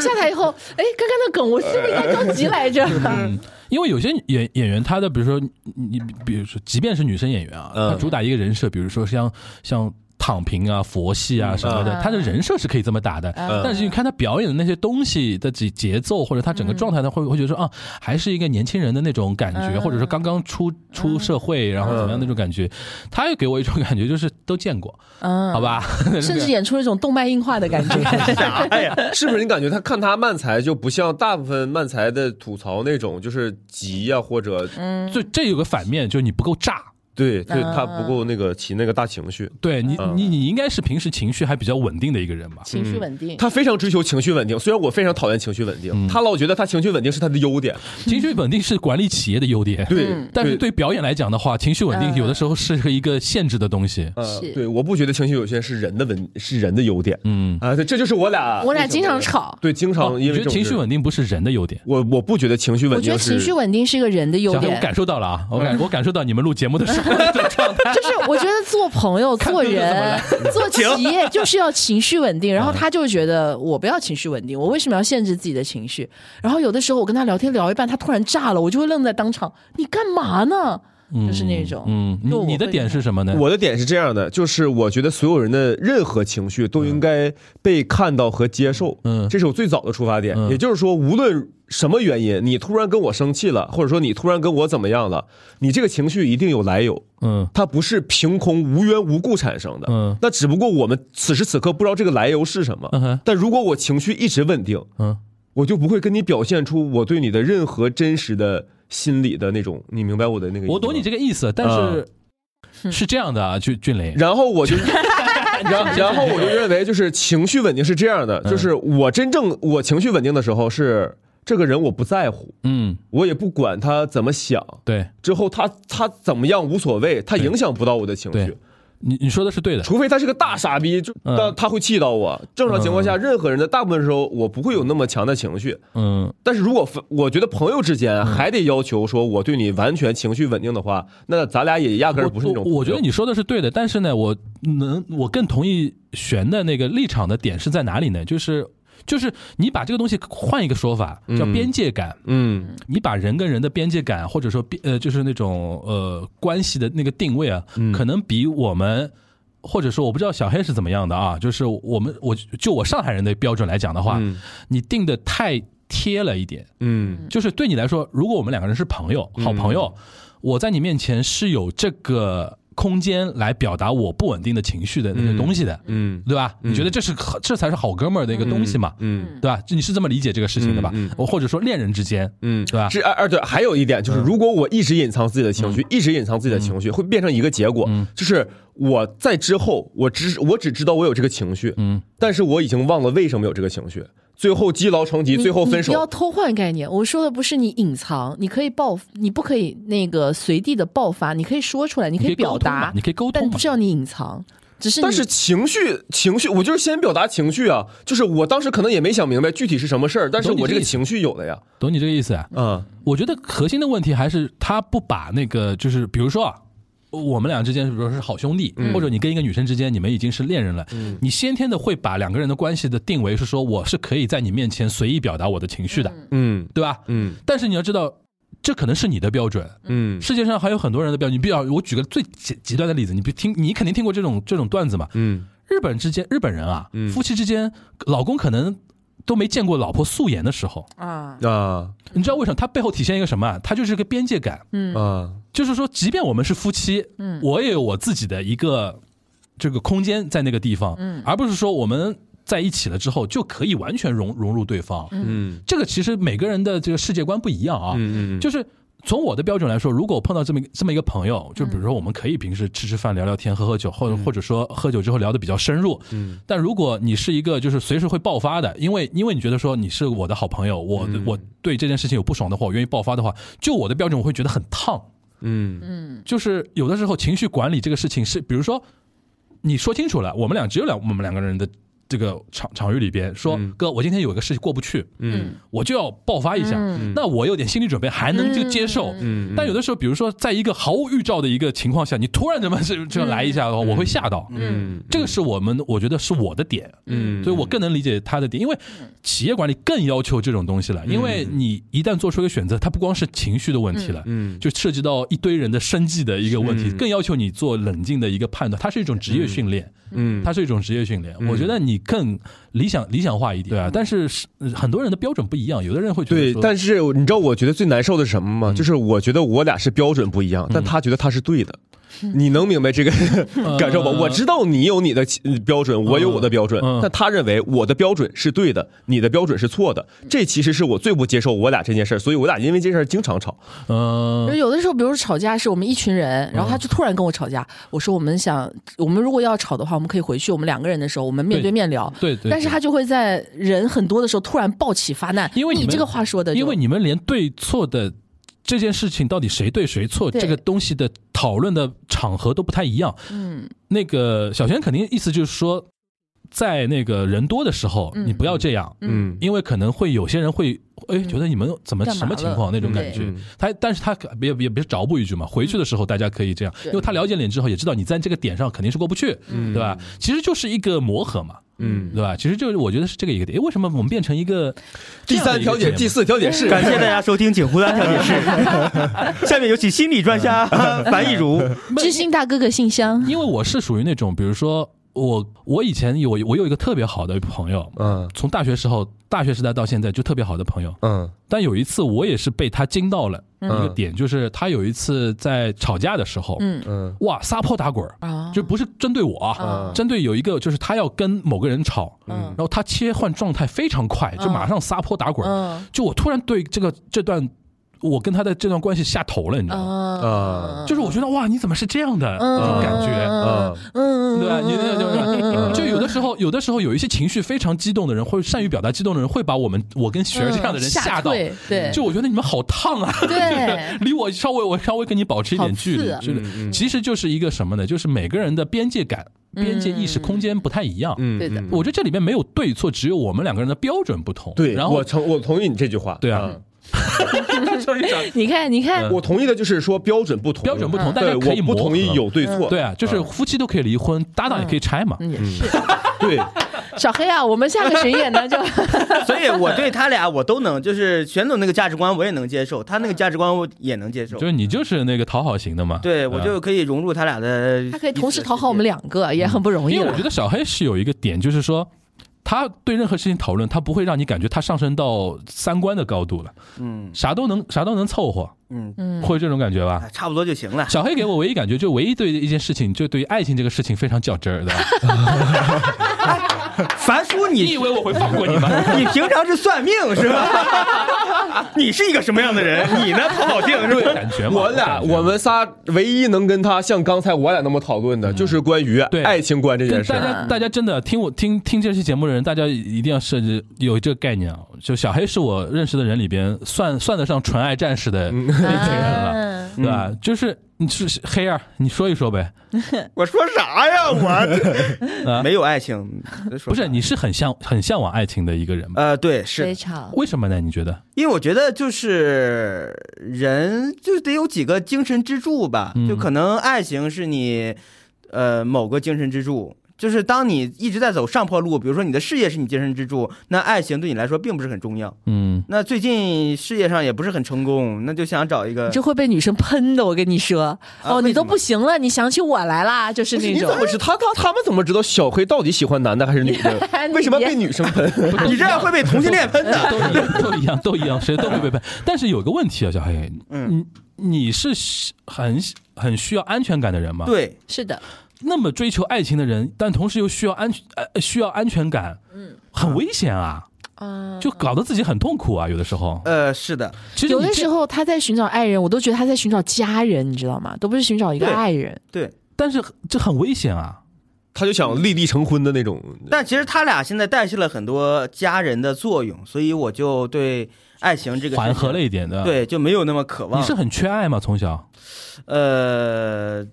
S5: 下台以后，哎，刚刚那梗我是不是应该着急来着？
S3: 嗯
S2: 因为有些演演员，他的比如说你，你比如说，即便是女生演员啊，
S3: 嗯
S2: 她主打一个人设，比如说像像躺平啊、佛系啊什么的，
S5: 嗯
S2: 她的人设是可以这么打的。
S5: 嗯
S2: 但是你看她表演的那些东西的节节奏，或者她整个状态，她会会觉得说啊，还是一个年轻人的那种感觉，
S5: 嗯
S2: 或者是刚刚出出社会，然后怎么样那种感觉，她也给我一种感觉，就是都见过，
S5: 嗯，
S2: 好，吧？
S5: 甚至演出一种动脉硬化的感觉。
S4: 啥呀？
S3: 是不是？你感觉他看他慢才就不像大部分慢才的吐槽那种，就是急呀、或者
S5: 嗯
S2: 就这有个反面，就是你不够炸。
S3: 对对，
S5: 啊
S3: 他不够那个起那个大情绪，
S2: 对你，
S3: 嗯
S2: 你你应该是平时情绪还比较稳定的一个人吧？
S5: 情绪稳定，
S3: 嗯他非常追求情绪稳定。虽然我非常讨厌情绪稳定，
S2: 嗯
S3: 他老觉得他情绪稳定是他的优点。
S2: 情绪稳定是管理企业的优点，
S3: 对，
S2: 但是对表演来讲的话，情绪稳定
S5: 嗯
S2: 有的时候是一个限制的东西。
S3: 呃
S5: 是
S3: 对，我不觉得情绪有限是人的稳是人的优点
S2: 嗯，
S3: 啊。对，这就是我俩
S5: 我俩经常吵。
S3: 对经
S2: 哦
S3: 常因
S2: 你觉
S3: 为这
S2: 得
S3: 种
S2: 情绪
S3: 事，
S2: 稳定不是人的优点？
S3: 我我不觉得情绪稳
S5: 我觉
S3: 定
S5: 得
S3: 是
S5: 情绪稳定是一个人的优
S2: 小黑，我
S5: 点，
S2: 感受到了啊，我
S3: 嗯
S2: 感我感受到你们录节目的时候的 状态。
S5: 就是我觉得做朋友、
S2: 看
S5: 做
S2: 肚子怎么
S5: 人
S2: 来、嗯
S5: 做企业就是要情绪稳定。然后他就觉得我不要情绪稳定，我为什么要限制自己的情绪？然后有的时候我跟他聊天聊一半，他突然炸了，我就会愣在当场，你干嘛呢？就是那种，
S2: 嗯，你
S5: 就我
S2: 你的
S5: 会
S2: 点
S5: 这
S2: 是什么呢？
S3: 我的点是这样的，就是我觉得所有人的任何情绪都应该被看到和接受，
S2: 嗯
S3: 这是我最早的出发点。
S2: 嗯
S3: 也就是说，无论什么原因，你突然跟我生气了，或者说你突然跟我怎么样了，你这个情绪一定有来由，
S2: 嗯
S3: 它不是凭空无缘无故产生的。
S2: 嗯
S3: 那只不过我们此时此刻不知道这个来由是什么。
S2: 嗯哼
S3: 但如果我情绪一直稳定，
S2: 嗯
S3: 我就不会跟你表现出我对你的任何真实的心理的那种，你明白我的那个意思吗？嗯
S2: 我懂你这个意思，但是是这样的啊，俊俊林，
S3: 然后 我就，然然后我就认为，就是情绪稳定是这样
S2: 嗯
S3: 的，就是我真正我情绪稳定的时候是这个人我不在乎，
S2: 嗯，
S3: 我也不管他怎么想，
S2: 对
S3: 之后他他怎么样无所谓，他影响不到我的情绪
S2: 对，，你你说的是对的。
S3: 除非他是个大傻逼，就
S2: 嗯
S3: 他他会气到我。正常情况下，任何人的大部分时候我不会有那么强的情绪，
S2: 嗯，
S3: 但是如果分我觉得朋友之间还得要求说我对你完全情绪稳定的话，那咱俩也压根儿不是那种
S2: 我我我觉得
S3: 朋友
S2: 你说的是对的，但是呢，我能我更同意璇的那个立场的点是在哪里呢？就是就是你把这个东西换一个说法，叫边界感。
S3: 嗯
S2: 你把人跟人的边界感，或者说边呃，就是那种呃关系的那个定位啊，
S3: 嗯
S2: 可能比我们。或者说，我不知道小黑是怎么样的啊，就是我们我就我上海人的标准来讲的话，
S3: 嗯
S2: 你定的太贴了一点，
S3: 嗯
S2: 就是对你来说，如果我们两个人是朋友，好朋友，我在你面前是有这个空间来表达我不稳定的情绪的那个东西的，
S3: 嗯
S2: 对吧？你觉得这是好这才是好哥们儿的一个东西嘛，
S3: 嗯。
S2: 对吧？你是这么理解这个事情的吧？我或者说恋人之间，
S3: 嗯，
S2: 对吧
S3: 是二二对，还有一点
S2: 嗯
S3: 就是，如果我一直隐藏自己的情绪，一直隐藏自己的情绪，会变成一个结果，
S2: 嗯
S3: 就是我在之后，我只我只知道我有这个情绪，
S2: 嗯，
S3: 但是我已经忘了为什么有这个情绪，最后积劳成疾，
S5: 你
S3: 最后分
S5: 你不要
S3: 手。
S5: 偷换概念。我说的不是你隐藏，你可以爆，你不可以那个随地的爆发，你可以说出来，你
S2: 你可以
S5: 表达，
S2: 你可以沟
S5: 但
S2: 通嘛
S5: 不是，要你隐藏，只
S2: 嗯
S5: 是你
S3: 但是情绪，情绪，我就是先表达情绪啊，就是我当时可能也没想明白具体是什么事儿，但是
S2: 懂你
S3: 我这
S2: 这
S3: 个
S2: 意思
S3: 情绪有了呀，
S2: 懂你这个意思啊？
S3: 嗯
S2: 我觉得核心的问题还是他不把那个，就是比如说啊，我们俩之间，比如说是好兄弟，
S3: 嗯
S2: 或者你跟一个女生之间，你们已经是恋人了，你先天的会把两个人的关系的定为是说我是可以在你面前随意表达我的情绪的，
S3: 嗯
S2: 对吧？
S3: 嗯
S2: 但是你要知道。这可能是你的标准，
S3: 嗯
S2: 世界上还有很多人的标准。你比较，我举个最极极端的例子，你比听，你肯定听过这种这种段子嘛？
S3: 嗯
S2: 日本之间，日本人啊，夫妻之间，老公可能都没见过老婆素颜的时候，
S5: 啊，
S3: 啊
S2: 你知道为什么？他背后体现一个什么啊？他就是一个边界感。
S3: 啊
S2: 就是说，即便我们是夫妻，嗯，我也有我自己的一个这个空间在那个地方，嗯，而不是说我们在一起了之后就可以完全融融入对方，
S3: 嗯
S2: 这个其实每个人的这个世界观不一样啊，
S3: 嗯嗯
S2: 就是。从我的标准来说，如果我碰到这么一个这么一个朋友，就比如说我们可以平时吃吃饭、聊聊天、喝喝酒，或者或者说喝酒之后聊得比较深入。嗯，但如果你是一个就是随时会爆发的，因为因为你觉得说你是我的好朋友，我的我对这件事情有不爽的话，我愿意爆发的话，就我的标准我会觉得很烫。
S3: 嗯
S2: 就是有的时候情绪管理这个事情是，比如说你说清楚了，我们俩只有两我们两个人的这个场场域里边，说、
S3: 嗯
S2: 哥，我今天有一个事情过不去，
S3: 嗯
S2: 我就要爆发一下，那我有点心理准备，还能就接受。
S3: 嗯嗯
S2: 但有的时候，比如说在一个毫无预兆的一个情况下，你突然这么这这来一下，我会吓到。
S3: 嗯
S2: 这个是我们我觉得是我的点，
S3: 嗯
S2: 所以我更能理解他的点，因为
S5: 嗯
S2: 企业管理更要求这种东西了，因为你一旦做出一个选择，它不光是情绪的问题了，
S3: 嗯
S2: 就涉及到一堆人的生计的一个问题，
S3: 嗯
S2: 更要求你做冷静的一个判断，它是一种职业训练，
S3: 嗯
S2: 它是一种职业训练，我觉得你更理想理想化一点，嗯对啊，但是是呃很多人的标准不一样，有的人会觉得
S3: 对，
S2: 说嗯
S3: 但是你知道我觉得最难受的是什么吗？就是我觉得我俩是标准不一样，但他觉得他是对的。你能明白这个 感受吗？
S2: 嗯呃
S3: 我知道你有你的呃标准，我有我的标准
S2: 嗯嗯，
S3: 但他认为我的标准是对的，你的标准是错的。这其实是我最不接受我俩这件事儿，所以我俩因为这事儿经常吵。
S2: 嗯、
S5: 有的时候，比如说吵架，是我们一群人，然后他就突然跟我吵架。我说我们想，我们如果要吵的话，我们可以回去，我们两个人的时候，我们面
S2: 对
S5: 对面聊。
S2: 对对
S5: 但是他就会在人很多的时候突然暴起发难，
S2: 因为
S5: 你
S2: 们
S5: 这个话说的就，
S2: 因为你们连对错的这件事情到底谁对谁错，
S5: 对
S2: 这个东西的讨论的场合都不太一样。
S5: 嗯
S2: 那个小璇肯定意思就是说，在那个人多的时候，
S5: 嗯
S2: 你不要这样，
S5: 嗯
S2: 因为可能会有些人会哎
S5: 嗯
S2: 觉得你们怎么
S5: 干嘛
S2: 什么情况
S5: 了
S2: 那种感觉
S3: 嗯对。
S2: 他但是他可别别别找补一句嘛，回去的时候大家可以这样，
S5: 嗯对
S2: 因为他了解你之后也知道你在这个点上肯定是过不去，对吧？其实就是一个磨合嘛。
S3: 嗯
S2: 对吧？其实就是我觉得是这个一个点。哎，为什么我们变成一个
S3: 第三调解，第四调解是
S4: 感谢大家收听《锦湖的调解室》， 下面有请心理专家樊亦茹。
S5: 知心大哥哥信箱，
S2: 因为我是属于那种，比如说我，我以前有我有一个特别好的朋友，
S3: 嗯
S2: 从大学时候、大学时代到现在就特别好的朋友。
S3: 嗯
S2: 但有一次我也是被他惊到了一个
S3: 嗯
S2: 点，就是他有一次在吵架的时候，
S5: 嗯
S3: 嗯
S2: 哇，撒泼打滚儿，
S5: 啊，
S2: 就不是针对我啊，
S5: 啊
S2: 针对有一个就是他要跟某个人吵，
S5: 嗯
S2: 然后他切换状态非常快，就马上撒泼打滚儿。
S5: 嗯
S2: 就我突然对这个这段我跟他的这段关系下头了，你知道吗？
S3: 嗯
S5: 啊
S2: 就是我觉得哇，你怎么是这样的、
S5: 嗯
S2: 呃这种感觉？呃
S3: 嗯
S5: 嗯，
S2: 对吧？啊你那
S5: 嗯
S2: 种
S5: 嗯
S2: 就有的时候，有的时候有一些情绪非常激动的人，或者善于表达激动的人，会把我们我跟雪儿这样的人吓到。
S5: 嗯退对，
S2: 就我觉得你们好烫啊！
S5: 对
S2: 离我稍微我稍微跟你保持一点距离
S5: 好，
S2: 就
S5: 刺
S2: 是
S5: 啊
S3: 嗯嗯
S2: 其实就是一个什么呢？就是每个人的边界感、
S5: 嗯
S2: 边界意识、空间不太一样。
S3: 嗯
S5: 对的
S3: 嗯
S2: 我觉得这里面没有对错，只有我们两个人的标准不同。
S3: 对，
S2: 然后
S3: 我同我同意你这句话。
S2: 对啊，
S3: 就是这样
S5: 你看你
S2: 嗯
S5: 看，
S3: 我同意的就是说标准不同，
S2: 标准不同大家
S3: 对，
S2: 可以
S3: 我不
S2: 磨合
S3: 同意有对错，
S2: 对啊，就是夫妻都可以离婚，搭档也可以拆嘛。
S5: 嗯也是
S3: 对，
S5: 小黑啊，我们下个巡演呢 就
S4: 所以我对他俩我都能，就是玄总那个价值观我也能接受，他那个价值观我也能接受
S2: 就。是你就是那个讨好型的嘛。
S4: 对，我
S2: 吧
S4: 就可以融入他俩的。
S5: 他可以同时讨好我们。两个，也很不容
S2: 嗯
S5: 易
S2: 因为
S5: 了。
S2: 我觉得小黑是有一个点，就是说。他对任何事情讨论，他不会让你感觉他上升到三观的高度了，
S4: 嗯
S2: 啥都能啥都能凑合，
S4: 嗯，
S5: 嗯
S2: 会有这种感觉吧？
S4: 哎差不多就行了。
S2: 小黑给我唯一感觉，就唯一对一件事情，就对于爱情这个事情非常较真 儿的。
S4: 樊叔，
S2: 你
S4: 你
S2: 以为我会放过你吗？
S4: 你平常是算命 是吧？你是一个什么样的人？你呢？讨好镜是吧？
S2: 感觉嘛
S3: 我俩
S2: 感觉嘛
S3: 我们仨唯一能跟他像刚才我俩那么讨论的，就是关于
S2: 对
S3: 爱情观 这
S2: 跟
S3: 件事
S2: 大
S3: 儿。
S2: 家大家真的听我听听这期节目的人，大家一定要是有这个概念啊！就小黑是我认识的人里边算算得上纯爱战士的那群人了。
S5: 啊
S2: 对吧？就是你是黑二，你说一说呗。
S4: 我说啥呀？我
S2: 啊
S4: 没有爱情，
S2: 不
S4: 不
S2: 是，你是很向很向往爱情的一个人吧？
S4: 呃，对，是
S5: 非常
S2: 为什么呢？你觉得？
S4: 因为我觉得就是人就得有几个精神支柱吧，
S2: 嗯
S4: 就可能爱情是你呃某个精神支柱。就是当你一直在走上坡路，比如说你的事业是你精神支柱，那爱情对你来说并不是很重要。
S2: 嗯，
S4: 那最近事业上也不是很成功，那就想找一个
S5: 你这会被女生喷的，我跟你说，哦，你
S4: 为什
S5: 都
S4: 么
S5: 不行了，你想起我来啦，就是那
S3: 你怎
S5: 种。
S3: 么知他他他们怎么知道小黑到底喜欢男的还是女
S5: ？
S3: 的
S5: 你
S3: 为什么被女生喷？
S4: 你这样会被同性恋喷的。
S2: 都一样， 都一样，都一样，谁都会被喷。但是有个问题啊，小黑，
S4: 嗯
S2: 你你是很很需要安全感的人吗？。
S4: 对，
S5: 是的，
S2: 那么追求爱情的人，但同时又需要安全呃需要安全感，嗯，很危险啊，
S5: 啊，
S2: 就搞得自己很痛苦啊。有的时候，
S4: 呃，是的，
S2: 其实
S5: 有
S2: 你
S5: 的
S2: 这
S5: 时，候他在寻找爱人，我都觉得他在寻找家人，你知道吗？都不是寻找一个
S4: 对
S5: 爱人。
S4: 对。
S2: 但是这很危险啊。
S3: 他就想立地成婚的那种。
S4: 但其实他俩现在代谢了很多家人的作用，所以我就对爱情这个事情
S2: 缓和了，一点的。，
S4: 对，就没有那么渴望。
S2: 你是很缺爱吗？从小
S4: 呃，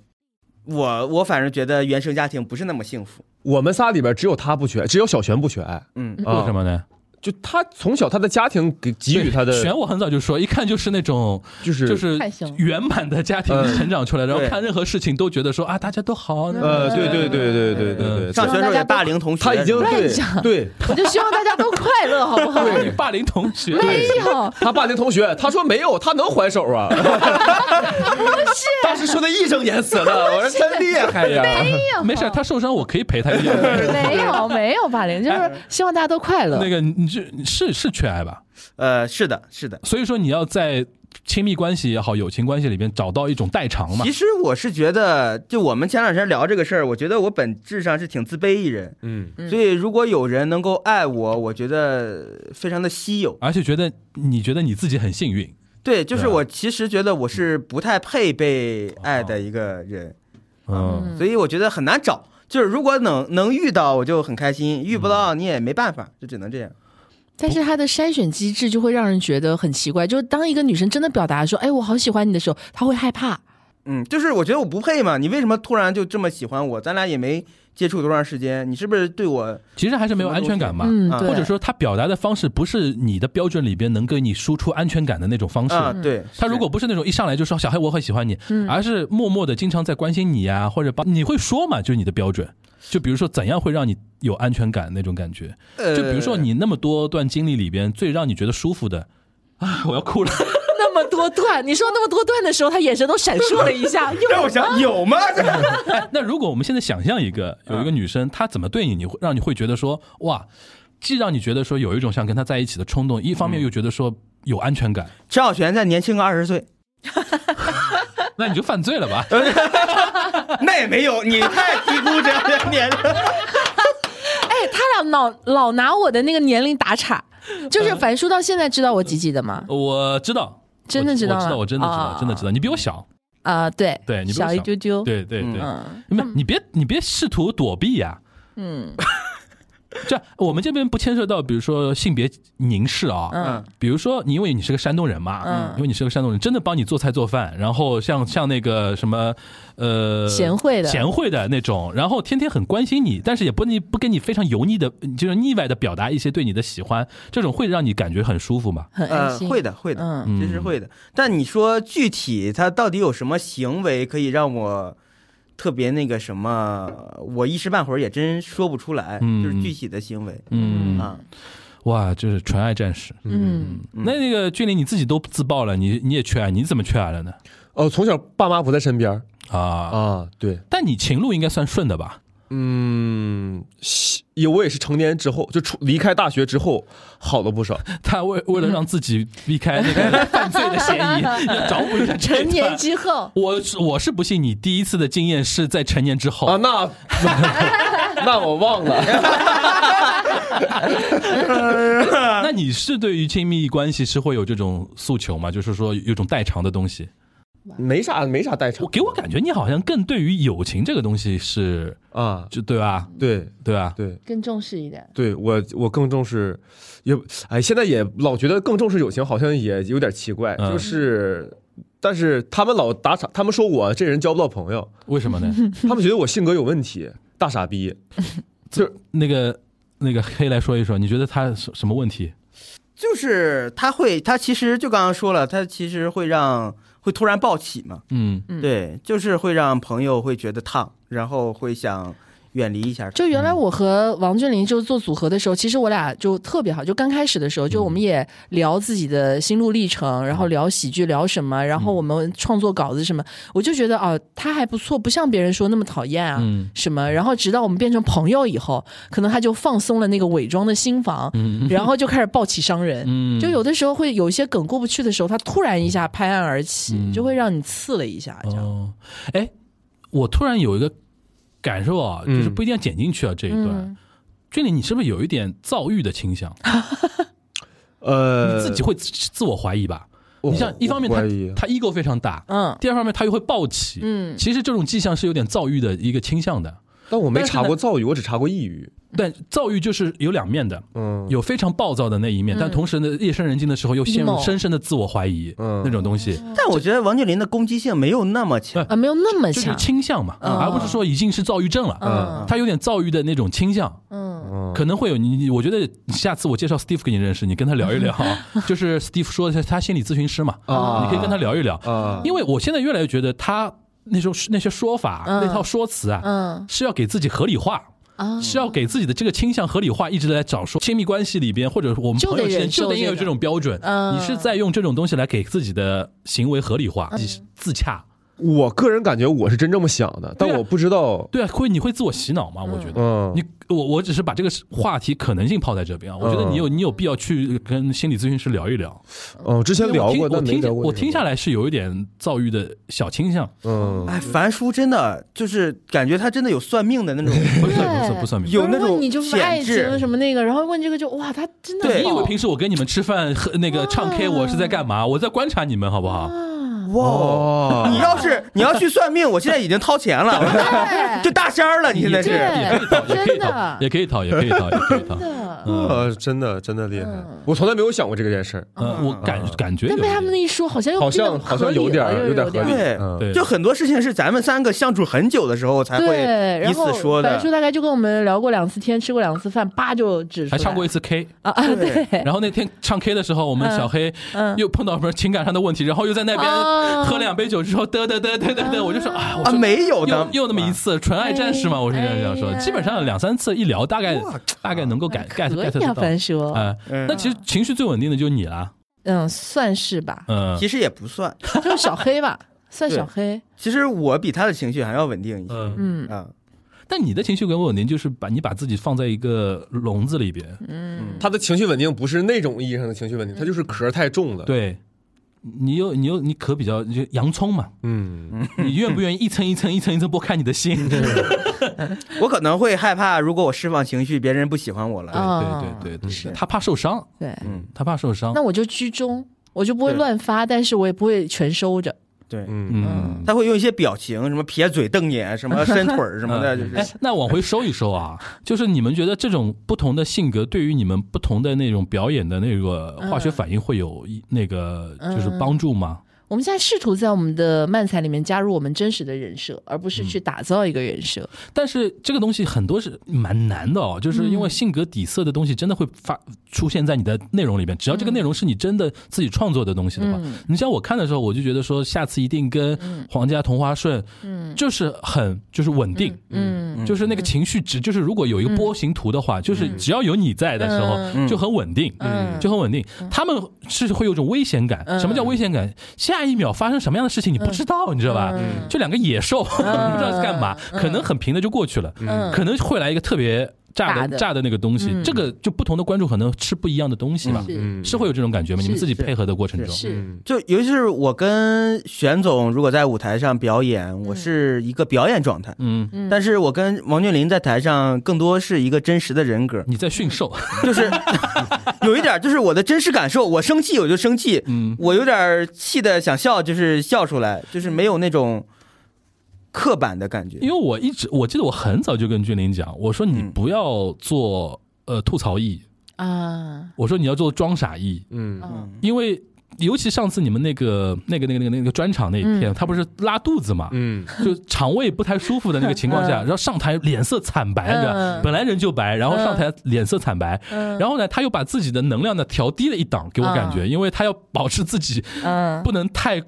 S4: 我我反正觉得原生家庭不是那么幸福。
S3: 我们仨里边只有他不缺爱，只有小璇不缺爱。
S4: 嗯
S2: 为
S3: 啊
S2: 什么呢？
S3: 就他从小他的家庭给给予他的
S2: 选我很早就说，一看就是那种
S3: 就是
S2: 就是
S5: 太行
S2: 圆满的家庭
S3: 嗯
S2: 成长出来，然后
S4: 对
S2: 看任何事情都觉得说啊，大家都好，
S3: 呃，对对对对对对对，
S4: 上学的时候也
S5: 大家都
S4: 霸凌同学，
S3: 他已经
S5: 乱
S3: 对
S5: 讲
S3: 对
S5: 我就希望大家都快乐，好不好？
S2: 对，霸凌同学，
S5: 没有，
S3: 他霸凌同学，他说没有，他能还手啊？当时说的义正言辞 的，我说真厉害呀！
S2: 没事，他受伤我可以陪他一样。
S5: 没有没有霸凌，就是 希望大家都快乐
S2: 那。个你就是是缺爱吧？
S4: 呃，是的，是的。
S2: 所以说你要在亲密关系也好，友情关系里边找到一种代偿嘛
S4: 其。实我是觉得，就我们前两天聊这个事儿，我觉得我本质上是挺自卑一人，
S3: 嗯，
S5: 嗯
S4: 所以如果有人能够爱我，我觉得非常的稀有。
S2: 而且觉得你觉得你自己很幸运，
S4: 对，就是
S3: 啊
S2: 对
S4: 我其实觉得我是不太配被爱
S3: 啊
S4: 的一个人，
S2: 嗯，
S4: 所以我觉得很难找。就是如果能能遇到，我就很开心；遇不到你也没办法，就只能这样。
S5: 但是他的筛选机制就会让人觉得很奇怪，就是当一个女生真的表达说“哎，我好喜欢你”的时候，她会害怕。
S4: 嗯，就是我觉得我不配嘛，你为什么突然就这么喜欢我？咱俩也没接触多长时间，你是不是对我？
S2: 其实还是没有安全感吧。
S5: 嗯，
S4: 啊
S5: 对，
S2: 或者说他表达的方式不是你的标准里边能给你输出安全感的那种方式。
S4: 啊，对，
S2: 他如果不是那种一上来就说小黑我很喜欢你，而是默默的经常在关心你啊，或者帮你会说嘛，就是你的标准。就比如说怎样会让你有安全感那种感觉，
S4: 呃
S2: 就比如说你那么多段经历里边最让你觉得舒服的，啊， 我要哭了。
S5: 那么多段，你说那么多段的时候，他眼神都闪烁了一下，又
S4: 让我想有吗？
S2: 哎，那如果我们现在想象一个有一个女生，她怎么对你，你会让你会觉得说哇，既让你觉得说有一种想跟她在一起的冲动，一方面又觉得说有安全感，
S4: 张小泉再年轻个二十岁，
S2: 那你就犯罪了吧？
S4: 那也没有，你太低估这样的年龄。
S5: 哎，他俩老老拿我的那个年龄打岔，就是樊叔到现在知道我几几的
S2: 嗯
S5: 吗？
S2: 我知道，
S5: 真的
S2: 我
S5: 知道
S2: 我知道，
S5: 吗
S2: 我真的知道
S5: 哦，
S2: 真的知道，你比我小，
S5: 啊、对
S2: 对你比我
S5: 小一
S2: 小
S5: 丢丢，
S2: 对对对，
S5: 嗯
S2: 没有你别你别试图躲避呀、
S5: 嗯
S2: 这我们这边不牵涉到，比如说性别凝视啊，
S5: 嗯，
S2: 比如说你因为你是个山东人嘛，
S5: 嗯
S2: 因为你是个山东人，真的帮你做菜做饭，然后像像那个什么，呃，
S5: 贤惠的
S2: 贤惠的那种，然后天天很关心你，但是也不你不跟你非常油腻的，就是腻歪的表达一些对你的喜欢，这种会让你感觉很舒服嘛？
S5: 很安
S4: 呃，
S5: 心，
S4: 会的，会的，
S5: 嗯
S2: 嗯
S4: 其实会的。但你说具体他到底有什么行为可以让我特别那个什么，我一时半会儿也真说不出来，
S2: 嗯
S4: 就是具体的行为。
S2: 嗯，
S4: 啊，
S2: 哇，这是纯爱战士。
S5: 嗯
S2: 那那个俊林你自己都自爆了，你你也缺爱，你怎么缺爱了呢？
S3: 哦，从小爸妈不在身边
S2: 啊，
S3: 啊，对，
S2: 但你情路应该算顺的吧？
S3: 嗯，西也我也是成年之后就出离开大学之后好了不少，
S2: 他为为了让自己避开那个犯罪的嫌 疑，要找补一下这一
S5: 成年
S2: 段。
S5: 之后，
S2: 我是我是不信你第一次的经验是在成年之后
S3: 啊，那 那我忘了。
S2: 那你是对于亲密关系是会有这种诉求吗？就是说有种代偿的东西。
S3: 没啥，没啥代
S2: 我
S3: 偿
S2: 给我感觉你好像更对于友情这个东西是，
S3: 啊，
S2: 就对吧？
S3: 对
S2: 对吧？
S3: 对
S5: 更重视一点。
S3: 对，我我更重视，也哎，现在也老觉得更重视友情，好像也有点奇怪，
S2: 嗯
S3: 就是，但是他们老打岔，他们说我这人交不到朋友，
S2: 为什么 呢？
S3: 他们觉得我性格有问题，大傻逼，就是
S2: 那个那个黑来说一说，你觉得他什什么问题？
S4: 就是他会，他其实就刚刚说了，他其实会让会突然暴起嘛，
S2: 嗯，
S5: 嗯
S4: 对，就是会让朋友会觉得烫，然后会想远离一下他。
S5: 就原来我和王俊霖就做组合的时候，其实我俩就特别好。就刚开始的时候，就我们也聊自己的心路历程，然后聊喜剧，聊什么，然后我们创作稿子什么，我就觉得哦，他还不错，不像别人说那么讨厌啊。
S2: 嗯
S5: 什么？然后直到我们变成朋友以后，可能他就放松了那个伪装的心防，然后就开始暴起伤人。
S2: 嗯
S5: 就有的时候会有一些梗过不去的时候，他突然一下拍案而起，
S2: 嗯
S5: 就会让你刺了一下，这样。
S2: 哦，哎，我突然有一个感受啊，就是
S3: 嗯
S2: 不一定要剪进去啊这一段
S5: 嗯。
S2: 俊林，你是不是有一点躁郁的倾向？
S3: 呃，
S2: 你自己会自自我怀疑吧？
S3: 我，
S2: 你像一方面
S3: 我
S2: 他
S3: 怀疑啊
S2: 他 ego 非常大，
S5: 嗯
S2: 第二方面他又会暴起，
S5: 嗯
S2: 其实这种迹象是有点躁郁的一个倾向的。
S3: 但我没
S2: 但是
S3: 查
S2: 呢
S3: 过躁郁，我只查过抑郁。
S2: 但躁郁就是有两面的，
S3: 嗯，
S2: 有非常暴躁的那一
S5: 嗯
S2: 面，但同时呢，夜深人静的时候又陷入
S5: emo
S2: 深深的自我怀疑，
S3: 嗯
S2: 那种东
S5: 哦
S2: 西，
S4: 但我觉得王健林的攻击性没有那么强
S2: 对。
S5: 啊，没有那么
S2: 就是
S5: 强，
S2: 倾向嘛，而不是说已经是躁郁症了，
S5: 嗯
S2: 他有点躁郁的那种倾向。
S5: 嗯
S2: 可能会有你，你我觉得下次我介绍 Steve 给你认识，你跟他聊一 聊，就是 Steve 说的是他心理咨询师嘛，
S3: 啊
S5: 哦
S2: 你可以跟他聊一聊，
S3: 啊，
S2: 因为我现在越来越觉得他那种那些说法、
S5: 嗯
S2: 那套说辞啊，
S5: 嗯
S2: 是要给自己合理化。
S5: 啊，
S2: 是要给自己的这个倾向合理化，一直在找说亲密关系里边或者我们
S5: 就
S2: 朋
S5: 得
S2: 友之间
S5: 忍受
S2: 就得应该有这种标准，
S5: 嗯
S2: 你是在用这种东西来给自己的行为合理化、
S5: 嗯
S2: 自自洽，
S3: 我个人感觉我是真这么想的，但
S2: 对啊
S3: 我不知道，
S2: 对啊，会你会自我洗脑吗？我觉得。
S3: 嗯，
S2: 你我我只是把这个话题可能性抛在这边啊，我觉得你有你有必要去跟心理咨询师聊一聊。
S3: 嗯，之前
S2: 因为
S3: 聊
S2: 我听
S3: 过，
S2: 我
S3: 但没
S2: 听
S3: 聊过这个。
S2: 我听下来是有一点躁郁的小倾向，
S3: 嗯，
S4: 哎，樊叔真的就是感觉他真的有算命的那种，
S2: 不 算不算不算
S4: 有
S2: 命。
S5: 不是
S4: 那种
S5: 问你就是
S4: 潜
S5: 爱
S4: 质
S5: 情什么那个，然后问这个就哇，他真的
S2: 你
S4: 对
S2: 以为
S5: 好啊
S2: 平时我跟你们吃饭喝那
S3: 嗯
S2: 个唱 K，
S5: 哇
S2: 我是在干嘛？我在观察你们，好不好？
S4: 啊哇！
S3: 哦
S4: 你要 是你要去算命，我现在已经掏钱了，
S5: 对
S4: 就大仙儿了，你现在
S2: 也
S4: 是
S2: 可以也可以讨，也可以讨，
S5: 对
S2: 也可以讨，也可以讨，也可以讨。
S5: 真 的。
S2: 嗯，
S3: 呃，真的真的厉害
S5: 嗯，
S3: 我从来没有想过这个件事儿，
S2: 呃，我感感觉有
S5: 但
S2: 一
S5: 被
S2: 点，
S5: 他们一说，好像又
S3: 好像
S5: 变得
S3: 好像
S5: 合理
S3: 有点
S5: 了
S3: 儿
S5: 又
S3: 有
S5: 有
S3: 点儿合理
S5: 点
S4: 对
S5: 儿
S3: 嗯
S2: 对
S4: 就很多事情是咱们三个相处很久的时候才
S5: 对，
S4: 会
S5: 然
S4: 彼
S5: 后
S4: 此说
S5: 白
S4: 的
S5: 叔。大概就跟我们聊过两次天，吃过两次饭，叭就指出
S2: 还
S5: 来
S2: 唱过一次 K。
S5: 啊啊，对，
S2: 然后那天唱 K 的时候，我
S5: 嗯
S2: 们小黑又碰到什么情感上的问题，然后又在那边
S5: 哦嗯
S2: 喝两杯酒之后，嘚嘚嘚嘚嘚嘚，我就说啊，我啊
S4: 啊，
S2: 说
S4: 没有的
S2: 又，又那么一次，纯爱战士嘛，
S5: 哎
S2: 我是这样想说
S5: 哎，呀
S2: 基本上两三次一聊，大概大概能够感 get
S5: 可
S2: get
S5: 以啊，
S2: 得
S5: 樊
S2: 到。
S5: 叔，
S2: 哎，
S4: 嗯
S2: 那其实情绪最稳定的就是你啦，
S5: 嗯，算是吧，
S2: 嗯
S4: 其实也不算。
S5: 就是小黑吧，算小黑，
S4: 其实我比他的情绪还要稳定一些。
S2: 嗯，
S5: 嗯，
S4: 啊，
S2: 但你的情绪很稳定，就是把你把自己放在一个笼子里边，
S5: 嗯
S3: 他的情绪稳定不是那种意义上的情绪稳定，他就是壳儿太重了。，
S2: 嗯对。你有你有你可比较就洋葱嘛，
S3: 嗯，
S2: 你愿不愿意一层一层一层一层剥开你的
S5: 嗯
S2: 心？对对
S4: 我可能会害怕，如果我释放情绪，别人不喜欢我
S2: 嗯
S4: 了。
S5: 啊
S2: 对对对，他怕受伤，
S5: 对，
S4: 嗯，
S2: 他怕受伤
S5: 那。我就居中，我就不会
S4: 对
S5: 乱发，但是我也不会全收着，
S4: 对，
S3: 嗯
S2: 嗯，
S4: 他会用一些表情，什么撇嘴、瞪眼，什 么伸腿儿什么的，就
S2: 嗯
S4: 是
S2: 哎，那往回收一收啊，就是你们觉得这种不同的性格对于你们不同的那种表演的那个
S5: 嗯
S2: 化学反应会有一那个就是帮助吗？
S5: 我们现在试图在我们的漫才里面加入我们真实的人设，而不是去打造一个人设。
S2: 但是这个东西很多是蛮难的哦，就是
S5: 嗯
S2: 因为性格底色的东西真的会发出现在你的内容里边，只要这个
S5: 嗯
S2: 内容是你真的自己创作的东西的话，你像我看的时候，我就觉得说下次一定跟
S5: 嗯
S2: 皇家同花顺，就是很就是稳定，
S5: 嗯，
S2: 就是那个情绪值，就是如果有一个波形图的话，就是只要有你在的时候，就很稳定，就很稳定。他们是会有种危险感。什么叫危险感？下一秒发生什么样的事情你不知道，你知道吧？就两个野兽， 不知道是干嘛，可能很平的就过去了，可能会来一个特别嗯炸
S5: 大
S2: 的嗯
S5: 的
S2: 炸的那个东西。这个就不同的观众可能吃不一样的东西吧，
S3: 嗯
S5: 是
S2: 嗯是会有这种感觉吗？你们自己配合的过程中，
S5: 是，
S4: 就尤其是我跟玄总，如果在舞台上表演，
S5: 嗯
S4: 我是一个表演状态。
S2: 嗯，
S4: 但是我跟王俊林在台上更多是一个真实的 人格，
S2: 你在驯兽，
S4: 就是有一点就是我的真实感受，我生气我就生气，
S2: 嗯
S4: 我有点气的想笑就是笑出来，就是没有那种刻板的感觉。
S2: 因为我一直我记得我很早就跟俊林讲，我说你
S4: 嗯
S2: 不要做呃吐槽艺，
S5: 啊，
S2: 我说你要做装傻艺，
S3: 嗯
S5: 嗯
S2: 因为尤其上次你们那个那个那个那个那个专场那一天，他不是拉肚子嘛，
S3: 嗯
S2: 就肠胃不太舒服的那个情况下，然后上台脸色惨白的，
S5: 嗯
S2: 本来人就白，然后上台脸色惨白，然后呢，他又把自己的能量呢调低了一档，给我感觉，因为他要保持自己
S5: 嗯，
S2: 不能太。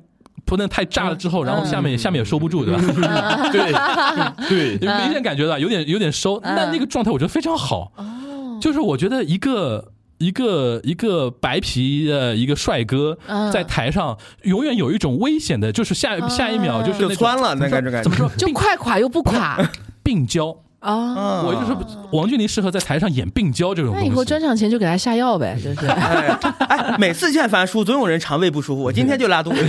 S2: 不能太炸了之后，然后下面也下面也收不住，对吧？
S5: 嗯
S3: 对，
S2: 就明显感觉到有点有点收，
S5: 嗯
S2: 那那个状态我觉得非常好。
S5: 哦
S2: 就是我觉得一个一个一个白皮的一个帅哥
S5: 嗯啊
S2: 在台上，永远有一种危险的，就是下下一
S5: 嗯
S2: 秒就是
S4: 就
S2: 那种
S4: 窜了那个感觉
S2: 怎么说
S5: 就快垮又不垮
S2: 病娇。
S5: 啊。
S4: 嗯
S2: 我就说王俊林适合在台上演病娇这种
S5: 那以后
S2: 东
S5: 专
S2: 西。
S5: 场前就给他下药呗，就是。
S4: 哎，哎，每次见樊叔，总有人肠胃不舒服。我今天就 拉肚子，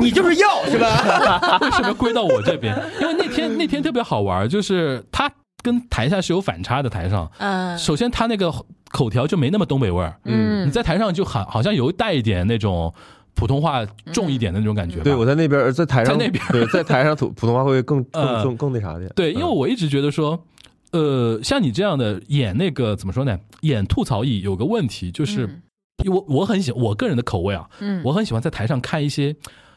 S4: 你就是药
S2: 嗯
S4: 是吧？
S2: 为什么要归到我这 边？因为那天那天特别好玩，就是他跟台下是有反差的。台上，
S5: 嗯
S2: 首先他那个口条就没那么东北味儿，你
S5: 嗯
S2: 在台上就喊，好像有带一点那种普通话重一点的那种感觉吧。
S3: 嗯对我在那边呃在台上
S2: 在那边
S3: 对在台上普普通话会更
S2: 呃
S3: 更更更那啥点。
S2: 对因为我一直觉得说。呃，像你这样的演那个怎么说呢？演吐槽艺有个问题，就是、我我很喜我个人的口味啊，
S5: 嗯，
S2: 我很喜欢在台上看一些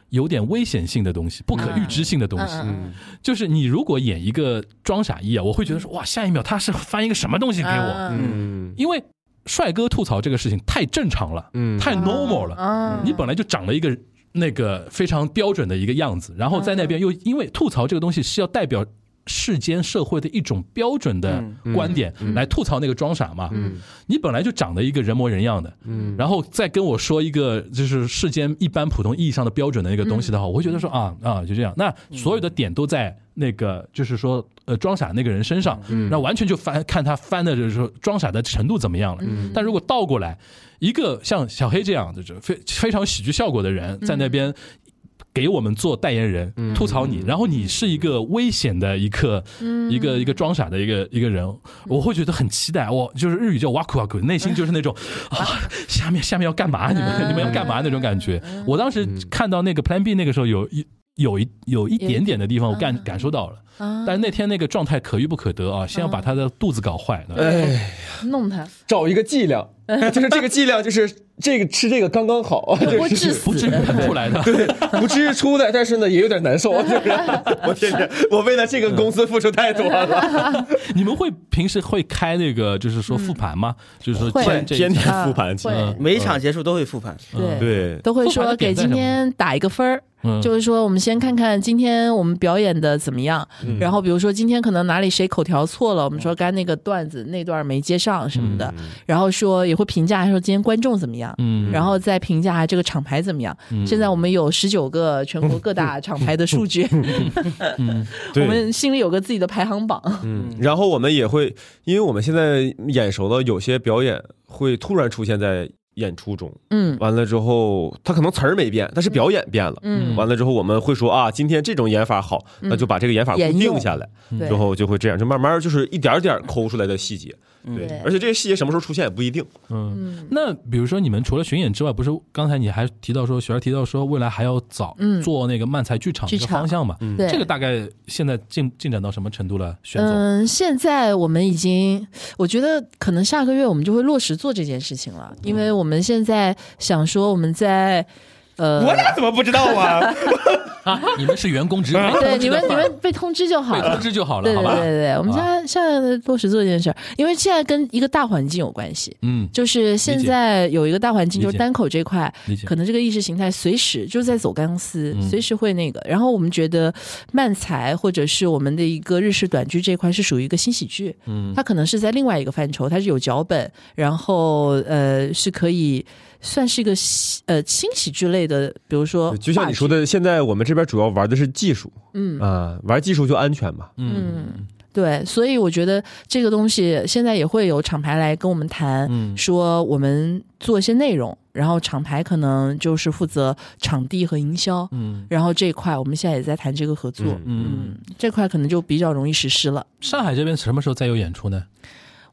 S2: 有点危险性的东西、不可预知性的东西。
S5: 嗯嗯
S2: 就是你如果演一个装傻一啊，我会觉得说哇，下一秒他是翻一个什么东西给我，
S5: 嗯
S3: 嗯
S2: 因为帅哥吐槽这个事情太正常了，
S3: 嗯
S5: 哦
S2: 太 normal 了。
S5: 啊，
S2: 你本来就长了一个那个非常标准的一个样子，然后在那边又因为吐槽这个东西是要代表世间社会的一种标准的观点来吐槽那个装傻嘛，你本来就长得一个人模人样的，然后再跟我说一个就是世间一般普通意义上的标准的那个东西的话，我会觉得说啊啊就这样，那所有的点都在。那个就是说，呃，装傻那个人身上，那完全就翻看他翻的，就是说装傻的程度怎么样了。但如果倒过来，一个像小黑这样的就非非常有喜剧效果的人，在那边给我们做代言人，吐槽你，然后你是一个危险的一个、一个一个装傻的一个一个人，我会觉得很期待。我就是日语叫哇酷哇酷，内心就是那 种啊，下面下面要干嘛？你们你们要干嘛那种感觉。我当时看到那个 Plan B 那个时候有一。有一有一嗯点点的地方，我感感受到了，但那天那个状态可遇不可得啊！先要把他的肚子搞坏，对吧
S3: 哎，
S5: 弄他，
S3: 找一个剂 量，就是这个剂量，就是 这个吃这个刚 刚好，
S5: 不
S3: 就
S5: 会致
S3: 是
S5: 死
S2: 不至于喷出来的。
S3: 不至于出的，但是呢也有点 难受。就是我天天，我为了这个公司付出太多 了，
S2: 你们会平时会开那个，就是说复盘吗？就是说
S5: 嗯会
S2: 今这一场
S5: 啊会
S2: 嗯
S4: 每一场结束都会复盘，
S5: 对。
S3: 对，
S5: 都会
S2: 复盘
S5: 说
S2: 的
S5: 给
S2: 点在什
S5: 今
S2: 么
S5: 天打一个分儿，
S2: 嗯
S5: 就是说我们先看看今天我们表演的怎么样，
S2: 嗯
S5: 然后比如说今天可能哪里谁口条错了，我们说刚才那个段子那段没接上什么的，然后说也会评价说今天观众怎么样，
S2: 嗯
S5: 然后再评价这个厂牌怎么样。现在我们有十九个全国各大厂牌的数据，
S2: 嗯
S5: 我们心里有个自己的排行榜。
S3: 嗯，然后我们也会，因为我们现在眼熟的有些表演会突然出现在演出中，
S5: 嗯
S3: 完了之后他可能词儿没变，但是表演变了。
S5: 嗯，
S3: 完了之后，我们会说啊，今天这种演法好，
S5: 嗯
S3: 那就把这个演法固
S5: 沿用
S3: 定下来，
S2: 嗯
S5: 对
S3: 嗯之后就会这样，就慢慢就是一点点抠出来的细节。
S5: 对
S3: 而且这些细节什么时候出现也不一定。
S2: 嗯，那比如说你们除了巡演之外，不是刚才你还提到说，雪儿提到说未来还要找
S5: 嗯
S2: 做那个漫才剧场
S5: 剧
S2: 这个方向嘛？
S5: 对
S2: 这个大概现在进进展到什么程度了？玄总，
S5: 嗯，现在我们已经，我觉得可能下个月我们就会落实做这件事情了，因为我们现在想说我们在，呃，
S2: 嗯
S4: 怎么不知道啊？
S2: 啊，你们是员 工职工，
S5: 对你们你们被通知就好
S2: 被通
S5: 了。
S2: 知就好了，
S5: 对
S2: 好
S5: 对
S2: 吧
S5: 对？对，我们
S2: 好
S5: 现在现在落实做这件事儿，因为现在跟一个大环境有关系，
S2: 嗯，
S5: 就是现在有一个大环境，
S2: 理解
S5: 就是单口这块，
S2: 理解
S5: 可。能这个意识形态随时就是在走钢丝，
S2: 嗯
S5: 随时会那个。然后我们觉得漫才或者是我们的一个日式短剧这一块是属于一个新喜剧，嗯，它可能是在另外一个范畴，它是有脚本，然后呃是可以算是一个喜呃新喜剧类的，比如说
S3: 就像你说
S5: 哦话剧，
S3: 的，现在我们这边主要玩的是技术
S5: 嗯
S3: 啊，玩技术就安全嘛。
S5: 嗯，对，所以我觉得这个东西现在也会有厂牌来跟我们谈，
S2: 嗯
S5: 说我们做一些内容，然后厂牌可能就是负责场地和营销，
S2: 嗯
S5: 然后这一块我们现在也在谈这个合作，
S3: 嗯
S2: 嗯，
S5: 这块可能就比较容易实施了。
S2: 上海这边什么时候再有演出呢？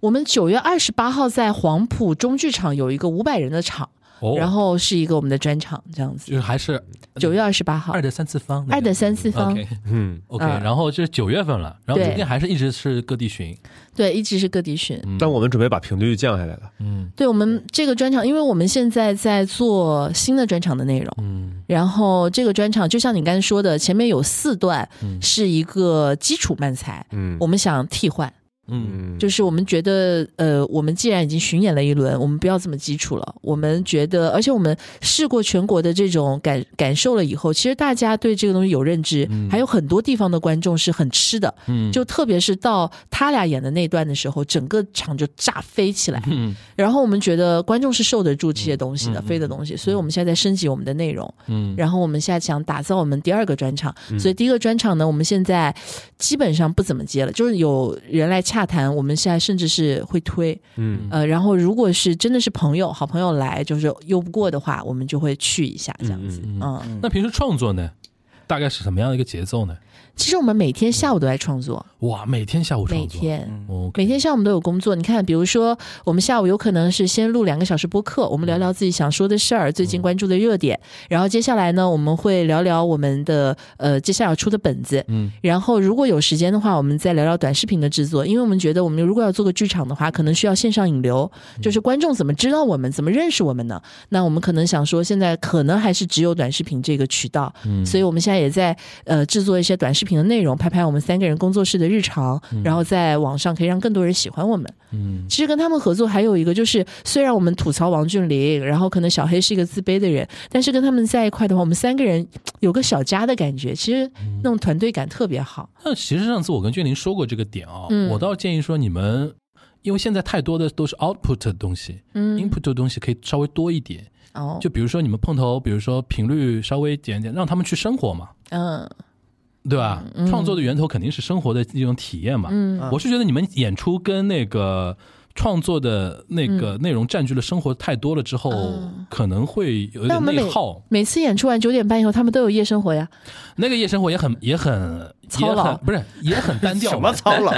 S5: 我们九月二十八号在黄埔中剧场有一个五百人的场，
S2: 哦，
S5: 然后是一个我们的专场，这样子。
S2: 就是还是
S5: 九月二十八号
S2: 二，的三次方，
S5: 二的三次方，
S2: OK
S3: 嗯，
S2: OK，
S5: 嗯
S2: 然后这是九月份了，然后
S5: 对
S2: 今天还是一直是各地巡，
S5: 对，一直是各地巡。
S3: 但我们准备把频率降下来了。
S2: 嗯
S5: 对我们这个专场，因为我们现在在做新的专场的内容，
S2: 嗯
S5: 然后这个专场就像你刚才说的，前面有四段
S2: 嗯
S5: 是一个基础漫才，
S3: 嗯
S5: 我们想替换。
S2: 嗯
S3: 嗯，
S5: 就是我们觉得，呃，我们既然已经巡演了一轮，我们不要这么基础了。我们觉得，而且我们试过全国的这种感感受了以后，其实大家对这个东西有认知，还有很多地方的观众是很吃的，
S2: 嗯，
S5: 就特别是到他俩演的那段的时候，整个场就炸飞起来。
S2: 嗯
S5: 然后我们觉得观众是受得住这些东西的，
S2: 嗯嗯
S5: 飞的东西，所以我们现在在升级我们的内容。
S2: 嗯
S5: 然后我们现在想打造我们第二个专场，所以第一个专场呢，我们现在基本上不怎么接了，就是有人来洽谈，我们现在甚至是会推，
S3: 嗯
S5: 呃，然后如果是真的是朋友、好朋友来，就是拗不过的话，我们就会去一下这样子，
S2: 嗯
S5: 嗯，
S2: 那平时创作呢？大概是什么样的一个节奏呢？
S5: 其实我们每天下午都在创作，
S2: 哇，每天下午创
S5: 每
S2: 作，
S5: 天。
S2: 哦，
S5: 每天下午我们都有工作，你看，比如说我们下午有可能是先录两个小时播客，我们聊聊自己想说的事儿，最近关注的热点，然后接下来呢，我们会聊聊我们的呃接下来要出的本子，
S2: 嗯，
S5: 然后如果有时间的话，我们再聊聊短视频的制作，因为我们觉得我们如果要做个剧场的话，可能需要线上引流，就是观众怎么知道我们，怎么认识我们呢？那我们可能想说，现在可能还是只有短视频这个渠道，
S2: 嗯
S5: 所以我们现在也在呃制作一些短视频的内容，拍拍我们三个人工作室的日常，然后在网上可以让更多人喜欢我们。
S2: 嗯
S5: 其实跟他们合作还有一个就是，虽然我们吐槽王俊霖，然后可能小黑是一个自卑的人，但是跟他们在一块的话，我们三个人嘖有个小家的感觉，其实那种团队感特别好。
S2: 那其实上次我跟俊林说过这个点啊，
S5: 嗯
S2: 我倒建议说你们，因为现在太多的都是 output 的东西、i n
S5: 嗯，
S2: p u t 的东西可以稍微多一点。
S5: 哦，
S2: 就比如说你们碰头，比如说频率稍微减一点，让他们去生活嘛，
S5: 嗯
S2: 对吧？创作的源头肯定是生活的一种体验嘛。
S5: 嗯
S2: 我是觉得你们演出跟那个创作的那个内容占据了生活太多了之后，
S5: 嗯
S2: 可能会有
S5: 那我
S2: 点
S5: 们每
S2: 内耗。
S5: 每次演出完九点半以后，他们都有夜生活呀。
S2: 那个夜生活也很也很
S5: 操
S2: 也
S5: 劳
S2: 很不是也很单调
S4: 什
S2: 嘛，
S4: 么 操劳？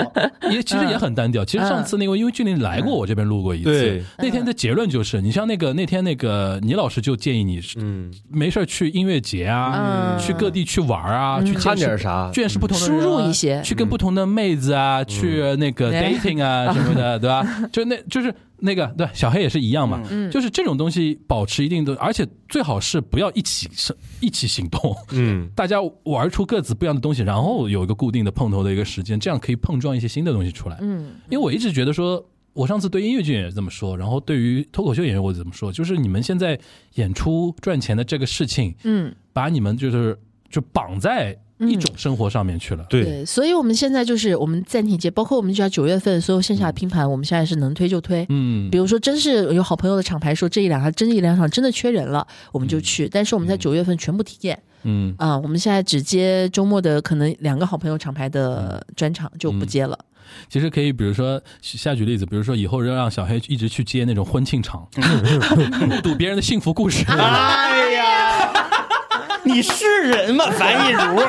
S2: 也其实也很单
S5: 嗯
S2: 调。其实上次那个，因为俊林来过我这边录过一次
S3: 对，
S2: 那天的结论就是，你像那个那天那个倪老师就建议你
S3: 嗯，
S2: 没事儿去音乐节啊，
S5: 嗯
S2: 去各地去玩啊，去见识
S3: 嗯看点啥？
S2: 见识不同的
S5: 输
S2: 人啊
S5: 入一些
S2: 去跟不同的妹子啊，去那个
S5: 哎
S2: dating 啊什么的，对吧？就那就是那个对小黑也是一样嘛，
S5: 嗯
S2: 就是这种东西保持一定的，而且最好是不要一起是一起行动，
S3: 嗯，
S2: 大家玩出各自不一样的东西，然后有一个固定的碰头的一个时间，这样可以碰撞一些新的东西出来。
S5: 嗯，
S2: 因为我一直觉得说，我上次对音乐剧也是这么说，然后对于脱口秀演员我也这么说，就是你们现在演出赚钱的这个事情，
S5: 嗯，
S2: 把你们就是就绑在一种生活上面去了。
S3: 对，
S5: 对，所以我们现在就是我们暂停节，包括我们就要九月份所有线下的拼盘，我们现在是能推就推。
S2: 嗯
S5: 比，如说，真是有好朋友的厂牌说这一两场真一两场真的缺人了，我们就去。但是我们在九月份全部体验
S2: 嗯，
S5: 啊、我们现在只接周末的可能两个好朋友厂牌的专场就不接了。
S2: 其实可以，比如说下举例子，比如说以后让小黑一直去接那种婚庆 场，目睹别人的幸福故事。
S4: 哎呀，你是 人吗，樊一茹？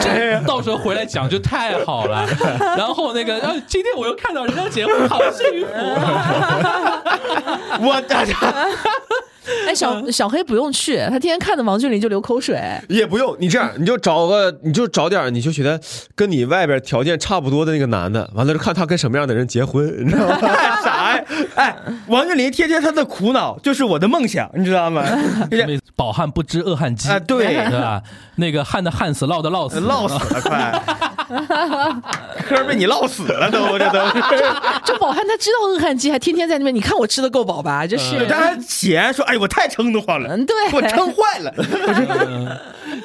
S2: 这到时候回来讲就太好了。然后那个，然后今天我又看到人家结婚，好幸福。啊
S4: 我大家
S5: 哎，小小黑不用去，他天天看着王俊霖就流口水。
S3: 也不用你这样，你就找个，你就找点儿，你就觉得跟你外边条件差不多的那个男的，完了就看他跟什么样的人结婚，你知 道吗？
S4: 干啥呀？哎，王俊霖天天他的苦恼就是我的梦想，你知道吗？
S3: 哎
S2: 饱汉不知饿汉饥
S4: 啊，对，
S2: 对吧？那个旱的旱死，涝的涝死，
S4: 唠死了快，嗑被你唠死了都，这都是。
S5: 这饱汉他知道饿汉饥，还天天在那边，你看我吃的够饱吧？就是，
S4: 大家嫌说，哎，我太撑得慌 了，
S5: 嗯，对，
S4: 嗯我撑坏了。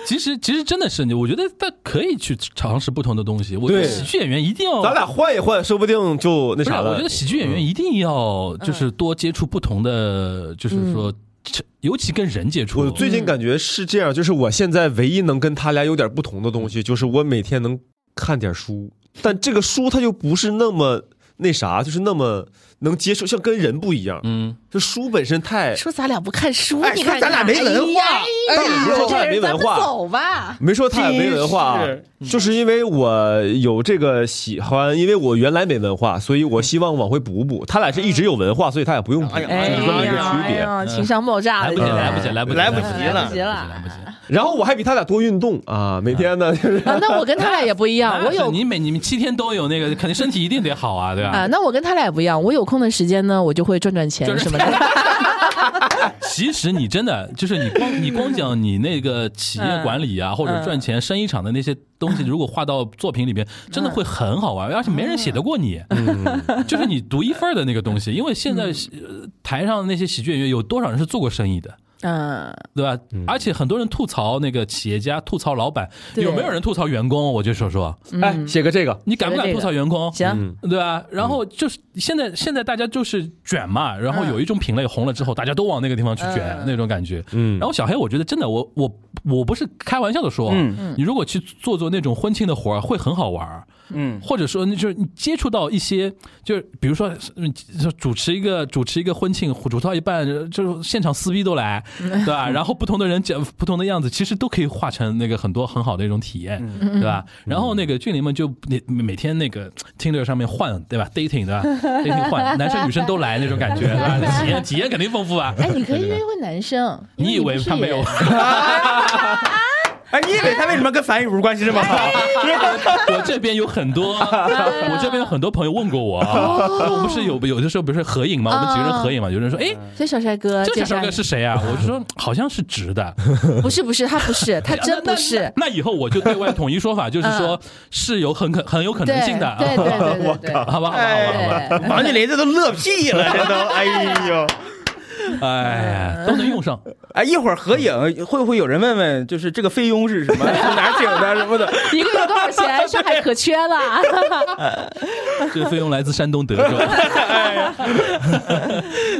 S2: 其实其实真的是你，我觉得他可以去尝试不同的东西。我觉
S3: 对
S2: 得喜剧演员一定要，
S3: 咱俩换一换，说不定就那
S2: 不是，
S3: 啥了。嗯
S2: 我觉得喜剧演员一定要就是多接触不同的，就是说，这尤其跟人接触
S4: 嗯
S3: 我。最近感觉是这样，就是我现在唯一能跟他俩有点不同的东
S4: 嗯
S3: 西，就是我每天能看点书，但这个书它就不是那么那啥，就是那么能接受，像跟人不一样。
S2: 嗯，
S3: 就书本身太
S5: 说咱俩不看书，
S4: 哎
S5: 你看
S4: 说咱俩
S5: 看
S4: 没文化
S5: 哎呀
S3: 哎
S5: 哎
S3: 呀
S5: 呀
S3: 咱俩
S5: 这
S3: 没文化
S5: 人咱们走
S2: 啊
S5: 吧。
S3: 没说他也没文化啊
S4: 真，
S3: 就是因为我有这个喜欢，因为我原来没文化，所以我希望往回补补。他俩是一直有文化，所以他也不用补，
S4: 嗯哎呀哎
S3: 就是
S4: 呀
S3: 这么一个区
S5: 哎
S3: 别。
S5: 呀情商爆炸
S2: 嗯来
S5: 了，
S2: 不及，
S5: 这个
S2: 来不及，来不及，
S4: 来不
S2: 不
S4: 及了
S2: 来不及
S5: 来
S2: 来
S5: 不
S2: 不
S5: 及
S2: 及
S5: 了。
S3: 然后我还比他俩多运动啊，每天呢就是
S5: 啊，那我跟他俩也不一样，我
S2: 啊是
S5: 有。
S2: 你每你们七天都有那个，肯定身体一定得好啊，对吧？
S5: 啊，那我跟他俩也不一样，我有空的时间呢，我就会赚赚钱
S2: 就是
S5: 什么的。
S2: 其实你真的就是你光你光讲你那个企
S5: 嗯
S2: 业管理啊，或者赚钱生意场的那些东西，如果画到作品里边，真的
S5: 嗯
S2: 会很好玩，而且没人写得过你。 就是你独一份儿的那个东西，因为现在
S5: 嗯
S2: 呃台上那些喜剧演员有多少人是做过生意的？
S5: 嗯，
S2: 对吧？而且很多人吐槽那个企业家，吐槽老板，
S5: 对嗯
S2: 有没有人吐槽员工？我就说说，
S3: 哎，写个这个，
S2: 你敢不敢
S5: 这个
S2: 吐槽员工？
S5: 行，
S3: 嗯，
S2: 对吧？然后就是现在，现在大家就是卷嘛，然后有一种品类红了之后，大家都往那个地方去卷
S5: 嗯
S2: 那种感觉。
S3: 嗯
S2: 然后小黑，我觉得真的，我我我不是开玩笑的说啊，
S4: 嗯
S2: 你如果去做做那种婚庆的活儿，会很好玩儿。
S4: 嗯
S2: 或者说那就是你接触到一些，就是比如说嗯就主持一个主持一个婚庆，主持到一半呃就是现场撕逼都来，
S5: 嗯
S2: 对吧？然后不同的人讲不同的样子，其实都可以化成那个很多很好的一种体验，
S5: 嗯
S2: 对吧？然后那个俊林们就每每天那个 Tinder 上面换，对吧？dating 对 吧？dating 换，男生女生都来那种感觉，对吧？体验体验肯定丰富啊。
S5: 哎，你可以约会男生，因
S2: 你以为
S5: 不是
S2: 他没有
S5: 也？
S4: 哎，你以为他为什么跟樊雨茹关系这么好？
S2: 我这边有很 多，
S5: 啊
S2: 我这边有很多朋友问过我啊，
S5: 哦
S2: 我不是有有的时候不是合影嘛，我们几个人合影嘛，有人说，哎，
S5: 所以小帅哥
S2: 这
S5: 呃介
S2: 个
S5: 绍
S2: 小哥
S5: 你，
S2: 是谁 啊？我就说好像是直的，
S5: 不是不是，他不是，他真不是，
S2: 那以后我就对外统一说法，就是说是有很可很有可
S5: 对
S2: 能性的，
S5: 嗯对对对对 对
S2: 好吧，好吧，好吧，
S5: 对。
S4: 哎王俊林这都乐屁了，这都，哎呦，
S2: 哎，都能用上，
S4: 哎，一会儿合影会不会有人问问，就是这个菲佣是什么，从哪儿请的什么的？
S5: 一个月多 少钱？上海可缺了。
S2: 这费用来自山东德州。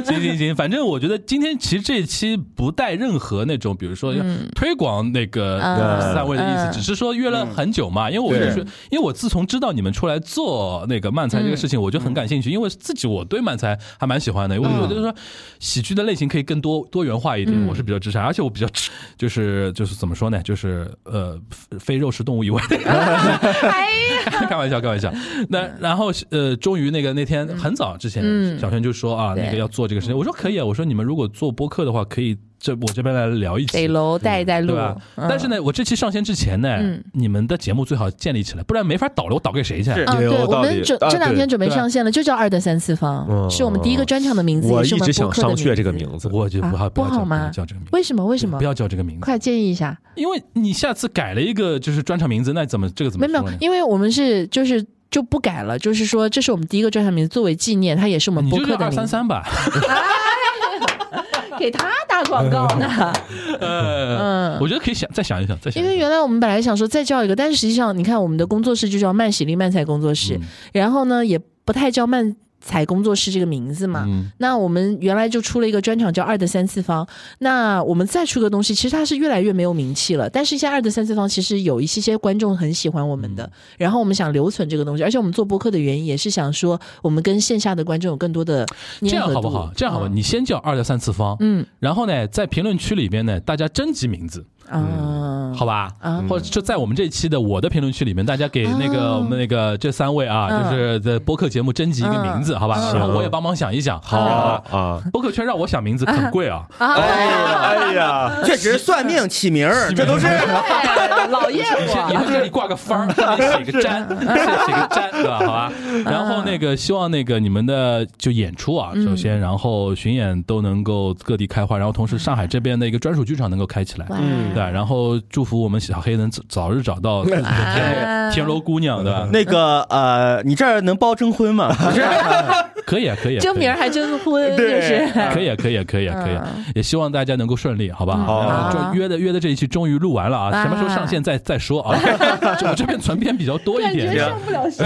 S2: 行行行，反正我觉得今天其实这一期不带任何那种，比如说推广那个
S5: 嗯
S2: 三位的意思，
S5: 嗯
S2: 只是说约了很久嘛，因为我就是
S4: 对
S2: 因为我自从知道你们出来做那个漫才这个事
S5: 嗯
S2: 情，我就很感兴趣，因为自己我对漫才还蛮喜欢的，我就觉得说喜剧的类型可以更多多元化一
S5: 嗯
S2: 点，我是比较支持，而且我比较支就是就是怎么说呢，就是呃非非肉食动物以 外的。
S5: 哎，
S2: 开玩笑，开玩笑。那然后呃，终于那个那天很早之前，
S5: 嗯
S2: 小轩就说啊，
S5: 对
S2: 那个要做这个事情，我说可以啊，我说你们如果做播客的话，可以这我这边来聊一
S5: 北
S2: 期。
S5: 楼带一带
S2: 对
S5: 路
S2: 吧？，但是呢，我这期上线之前呢，
S5: 嗯
S2: 你们的节目最好建立起来，不然没法导流，导给谁去？
S4: 是
S5: 嗯，
S3: 也有
S5: 对，我
S3: 道理
S5: 们准
S3: 啊
S5: 这两
S3: 对
S5: 天准备
S2: 对
S5: 上线了，就叫二等三次方，
S3: 嗯
S5: 是我们第一个专场的名字，
S3: 我
S5: 也
S3: 一
S5: 是我
S3: 直
S5: 们播
S3: 想
S5: 客的
S3: 商榷这个
S5: 名字。
S3: 名字，
S2: 我觉得不好，不要
S5: 啊不好
S2: 叫，不
S5: 吗
S2: 要叫这个名字，
S5: 为什么？为什么
S2: 不？要叫这个名字，
S5: 快建议一下。
S2: 因为你下次改了一个就是专场名字，那怎么这个怎
S5: 没
S2: 么
S5: 有没
S2: 说
S5: 有
S2: 呢，？
S5: 因为我们是就是就不改了，就是说这是我们第一个专场名字，作为纪念，它也是我们
S2: 你
S5: 播
S2: 就叫
S5: 客的
S2: 二
S5: 名
S2: 三
S5: 字。
S2: 三吧。
S5: 给他打广告呢，
S2: 呃， 我觉得可以想再想一想，再想 一
S5: 因
S2: 想。
S5: 为原来嗯我们本来想说再叫一个，但是实际上你看我们的工作室就叫慢喜力慢才工作室，
S2: 嗯
S5: 然后呢也不太叫慢才工作室这个名字嘛。
S2: 嗯，
S5: 那我们原来就出了一个专场叫《二的三次方》，那我们再出个东西，其实它是越来越没有名气了。但是现在《二的三次方》其实有一些些观众很喜欢我们的，
S2: 嗯
S5: 然后我们想留存这个东西，而且我们做播客的原因也是想说，我们跟线下的观众有更多的
S2: 这
S5: 粘合
S2: 样好
S5: 度
S2: 不好？这样好吧，
S5: 嗯
S2: 你先叫二的三次方，
S5: 嗯
S2: 然后呢，在评论区里边呢，大家征集名字，
S5: 啊，
S2: 好吧？
S5: 啊
S2: 或者就在我们这期的我的评论区里面，大家给那个
S5: 哦
S2: 我们那个这三位啊，
S5: 嗯
S2: 就是在播客节目征集一个名字，好吧？
S5: 嗯
S2: 然后我也帮忙想一想。好
S3: 啊啊！
S2: 播客圈让我想名字很贵啊，
S3: 哎
S5: 啊，
S3: 呀哎呀，
S4: 确实算命起名儿，这都是
S5: 对老业
S2: 以后
S5: 务，
S2: 这里挂个方儿，上面写个粘，写个粘，对吧？好吧。然后那个希望那个你们的就演出啊，首先，然后巡演都能够各地开花，然后同时上海这边的一个专属剧场能够开起来。
S5: 哇
S4: 嗯
S2: 对，然后祝福我们小黑能早早日找 到天
S5: 啊
S2: 天罗姑娘，对吧？
S3: 嗯
S4: 那个呃，你这儿能包征婚吗？不 是，
S2: 可以啊，可以啊，
S5: 征
S2: 可以
S5: 名儿还征婚，就
S4: 对
S5: 是
S2: 可以啊，可以啊，可以啊，可以啊，也希望大家能够顺利，好吧？
S3: 好
S2: 然后
S5: 嗯好
S2: 终约的约的这一期终于录完了啊，
S5: 哇
S2: 什么时候上线再再说 啊？这我这边存片比较多一点，
S5: 不 了身。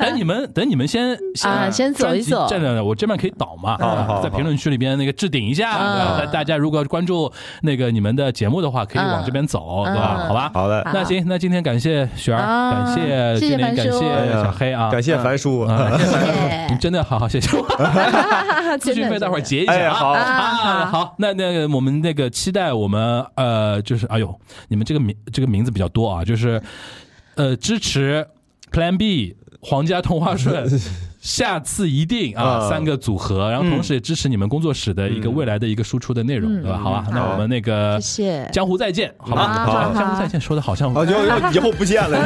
S2: 等你们等你们先
S5: 啊先走一走
S2: 站站，我这边可以导嘛，
S3: 好
S2: 啊
S3: 好
S2: 在评论区里边那个置顶一下，
S5: 嗯
S2: 对吧大大家如果关注那个你们的节目的话，可以往这边走，对吧？
S5: 嗯
S2: 好吧，
S3: 好的，
S2: 那行，那今天感谢雪儿，
S5: 啊
S2: 感谢
S5: 谢谢
S2: 俊林，
S5: 樊
S2: 感
S5: 叔
S2: 谢小黑啊，
S3: 哎感谢樊叔，
S2: 啊， 感谢樊叔
S5: 谢谢
S2: 你真的好好谢 谢我，
S5: 啊
S2: 咨询费待会儿结一
S3: 哎
S2: 下啊。
S3: 好
S2: 啊，好，那那个我们那个期待我们呃，就是哎呦，你们这个名这个名字比较多啊，就是呃支持 Plan B 皇家同花 顺，下次一定啊
S3: 啊
S2: 三个组合，然后同时也支持你们工作室的一个未来的一个输出的内容，对吧？好吧，那我们那个
S5: 嗯谢谢
S2: 江湖再见，好吧？
S5: 啊
S2: 好
S5: 好
S2: 江湖再见说的好像
S3: 啊，就就以后不见了，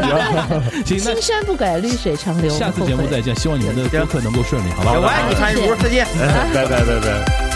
S3: 已
S2: 行，
S3: 经。
S5: 青
S2: 那
S5: 山不改，绿水长流。
S2: 下次节目再见，希望你们的播客能够顺利，好吧？
S4: 我爱你，樊雨茹，再见。
S3: 拜拜拜拜。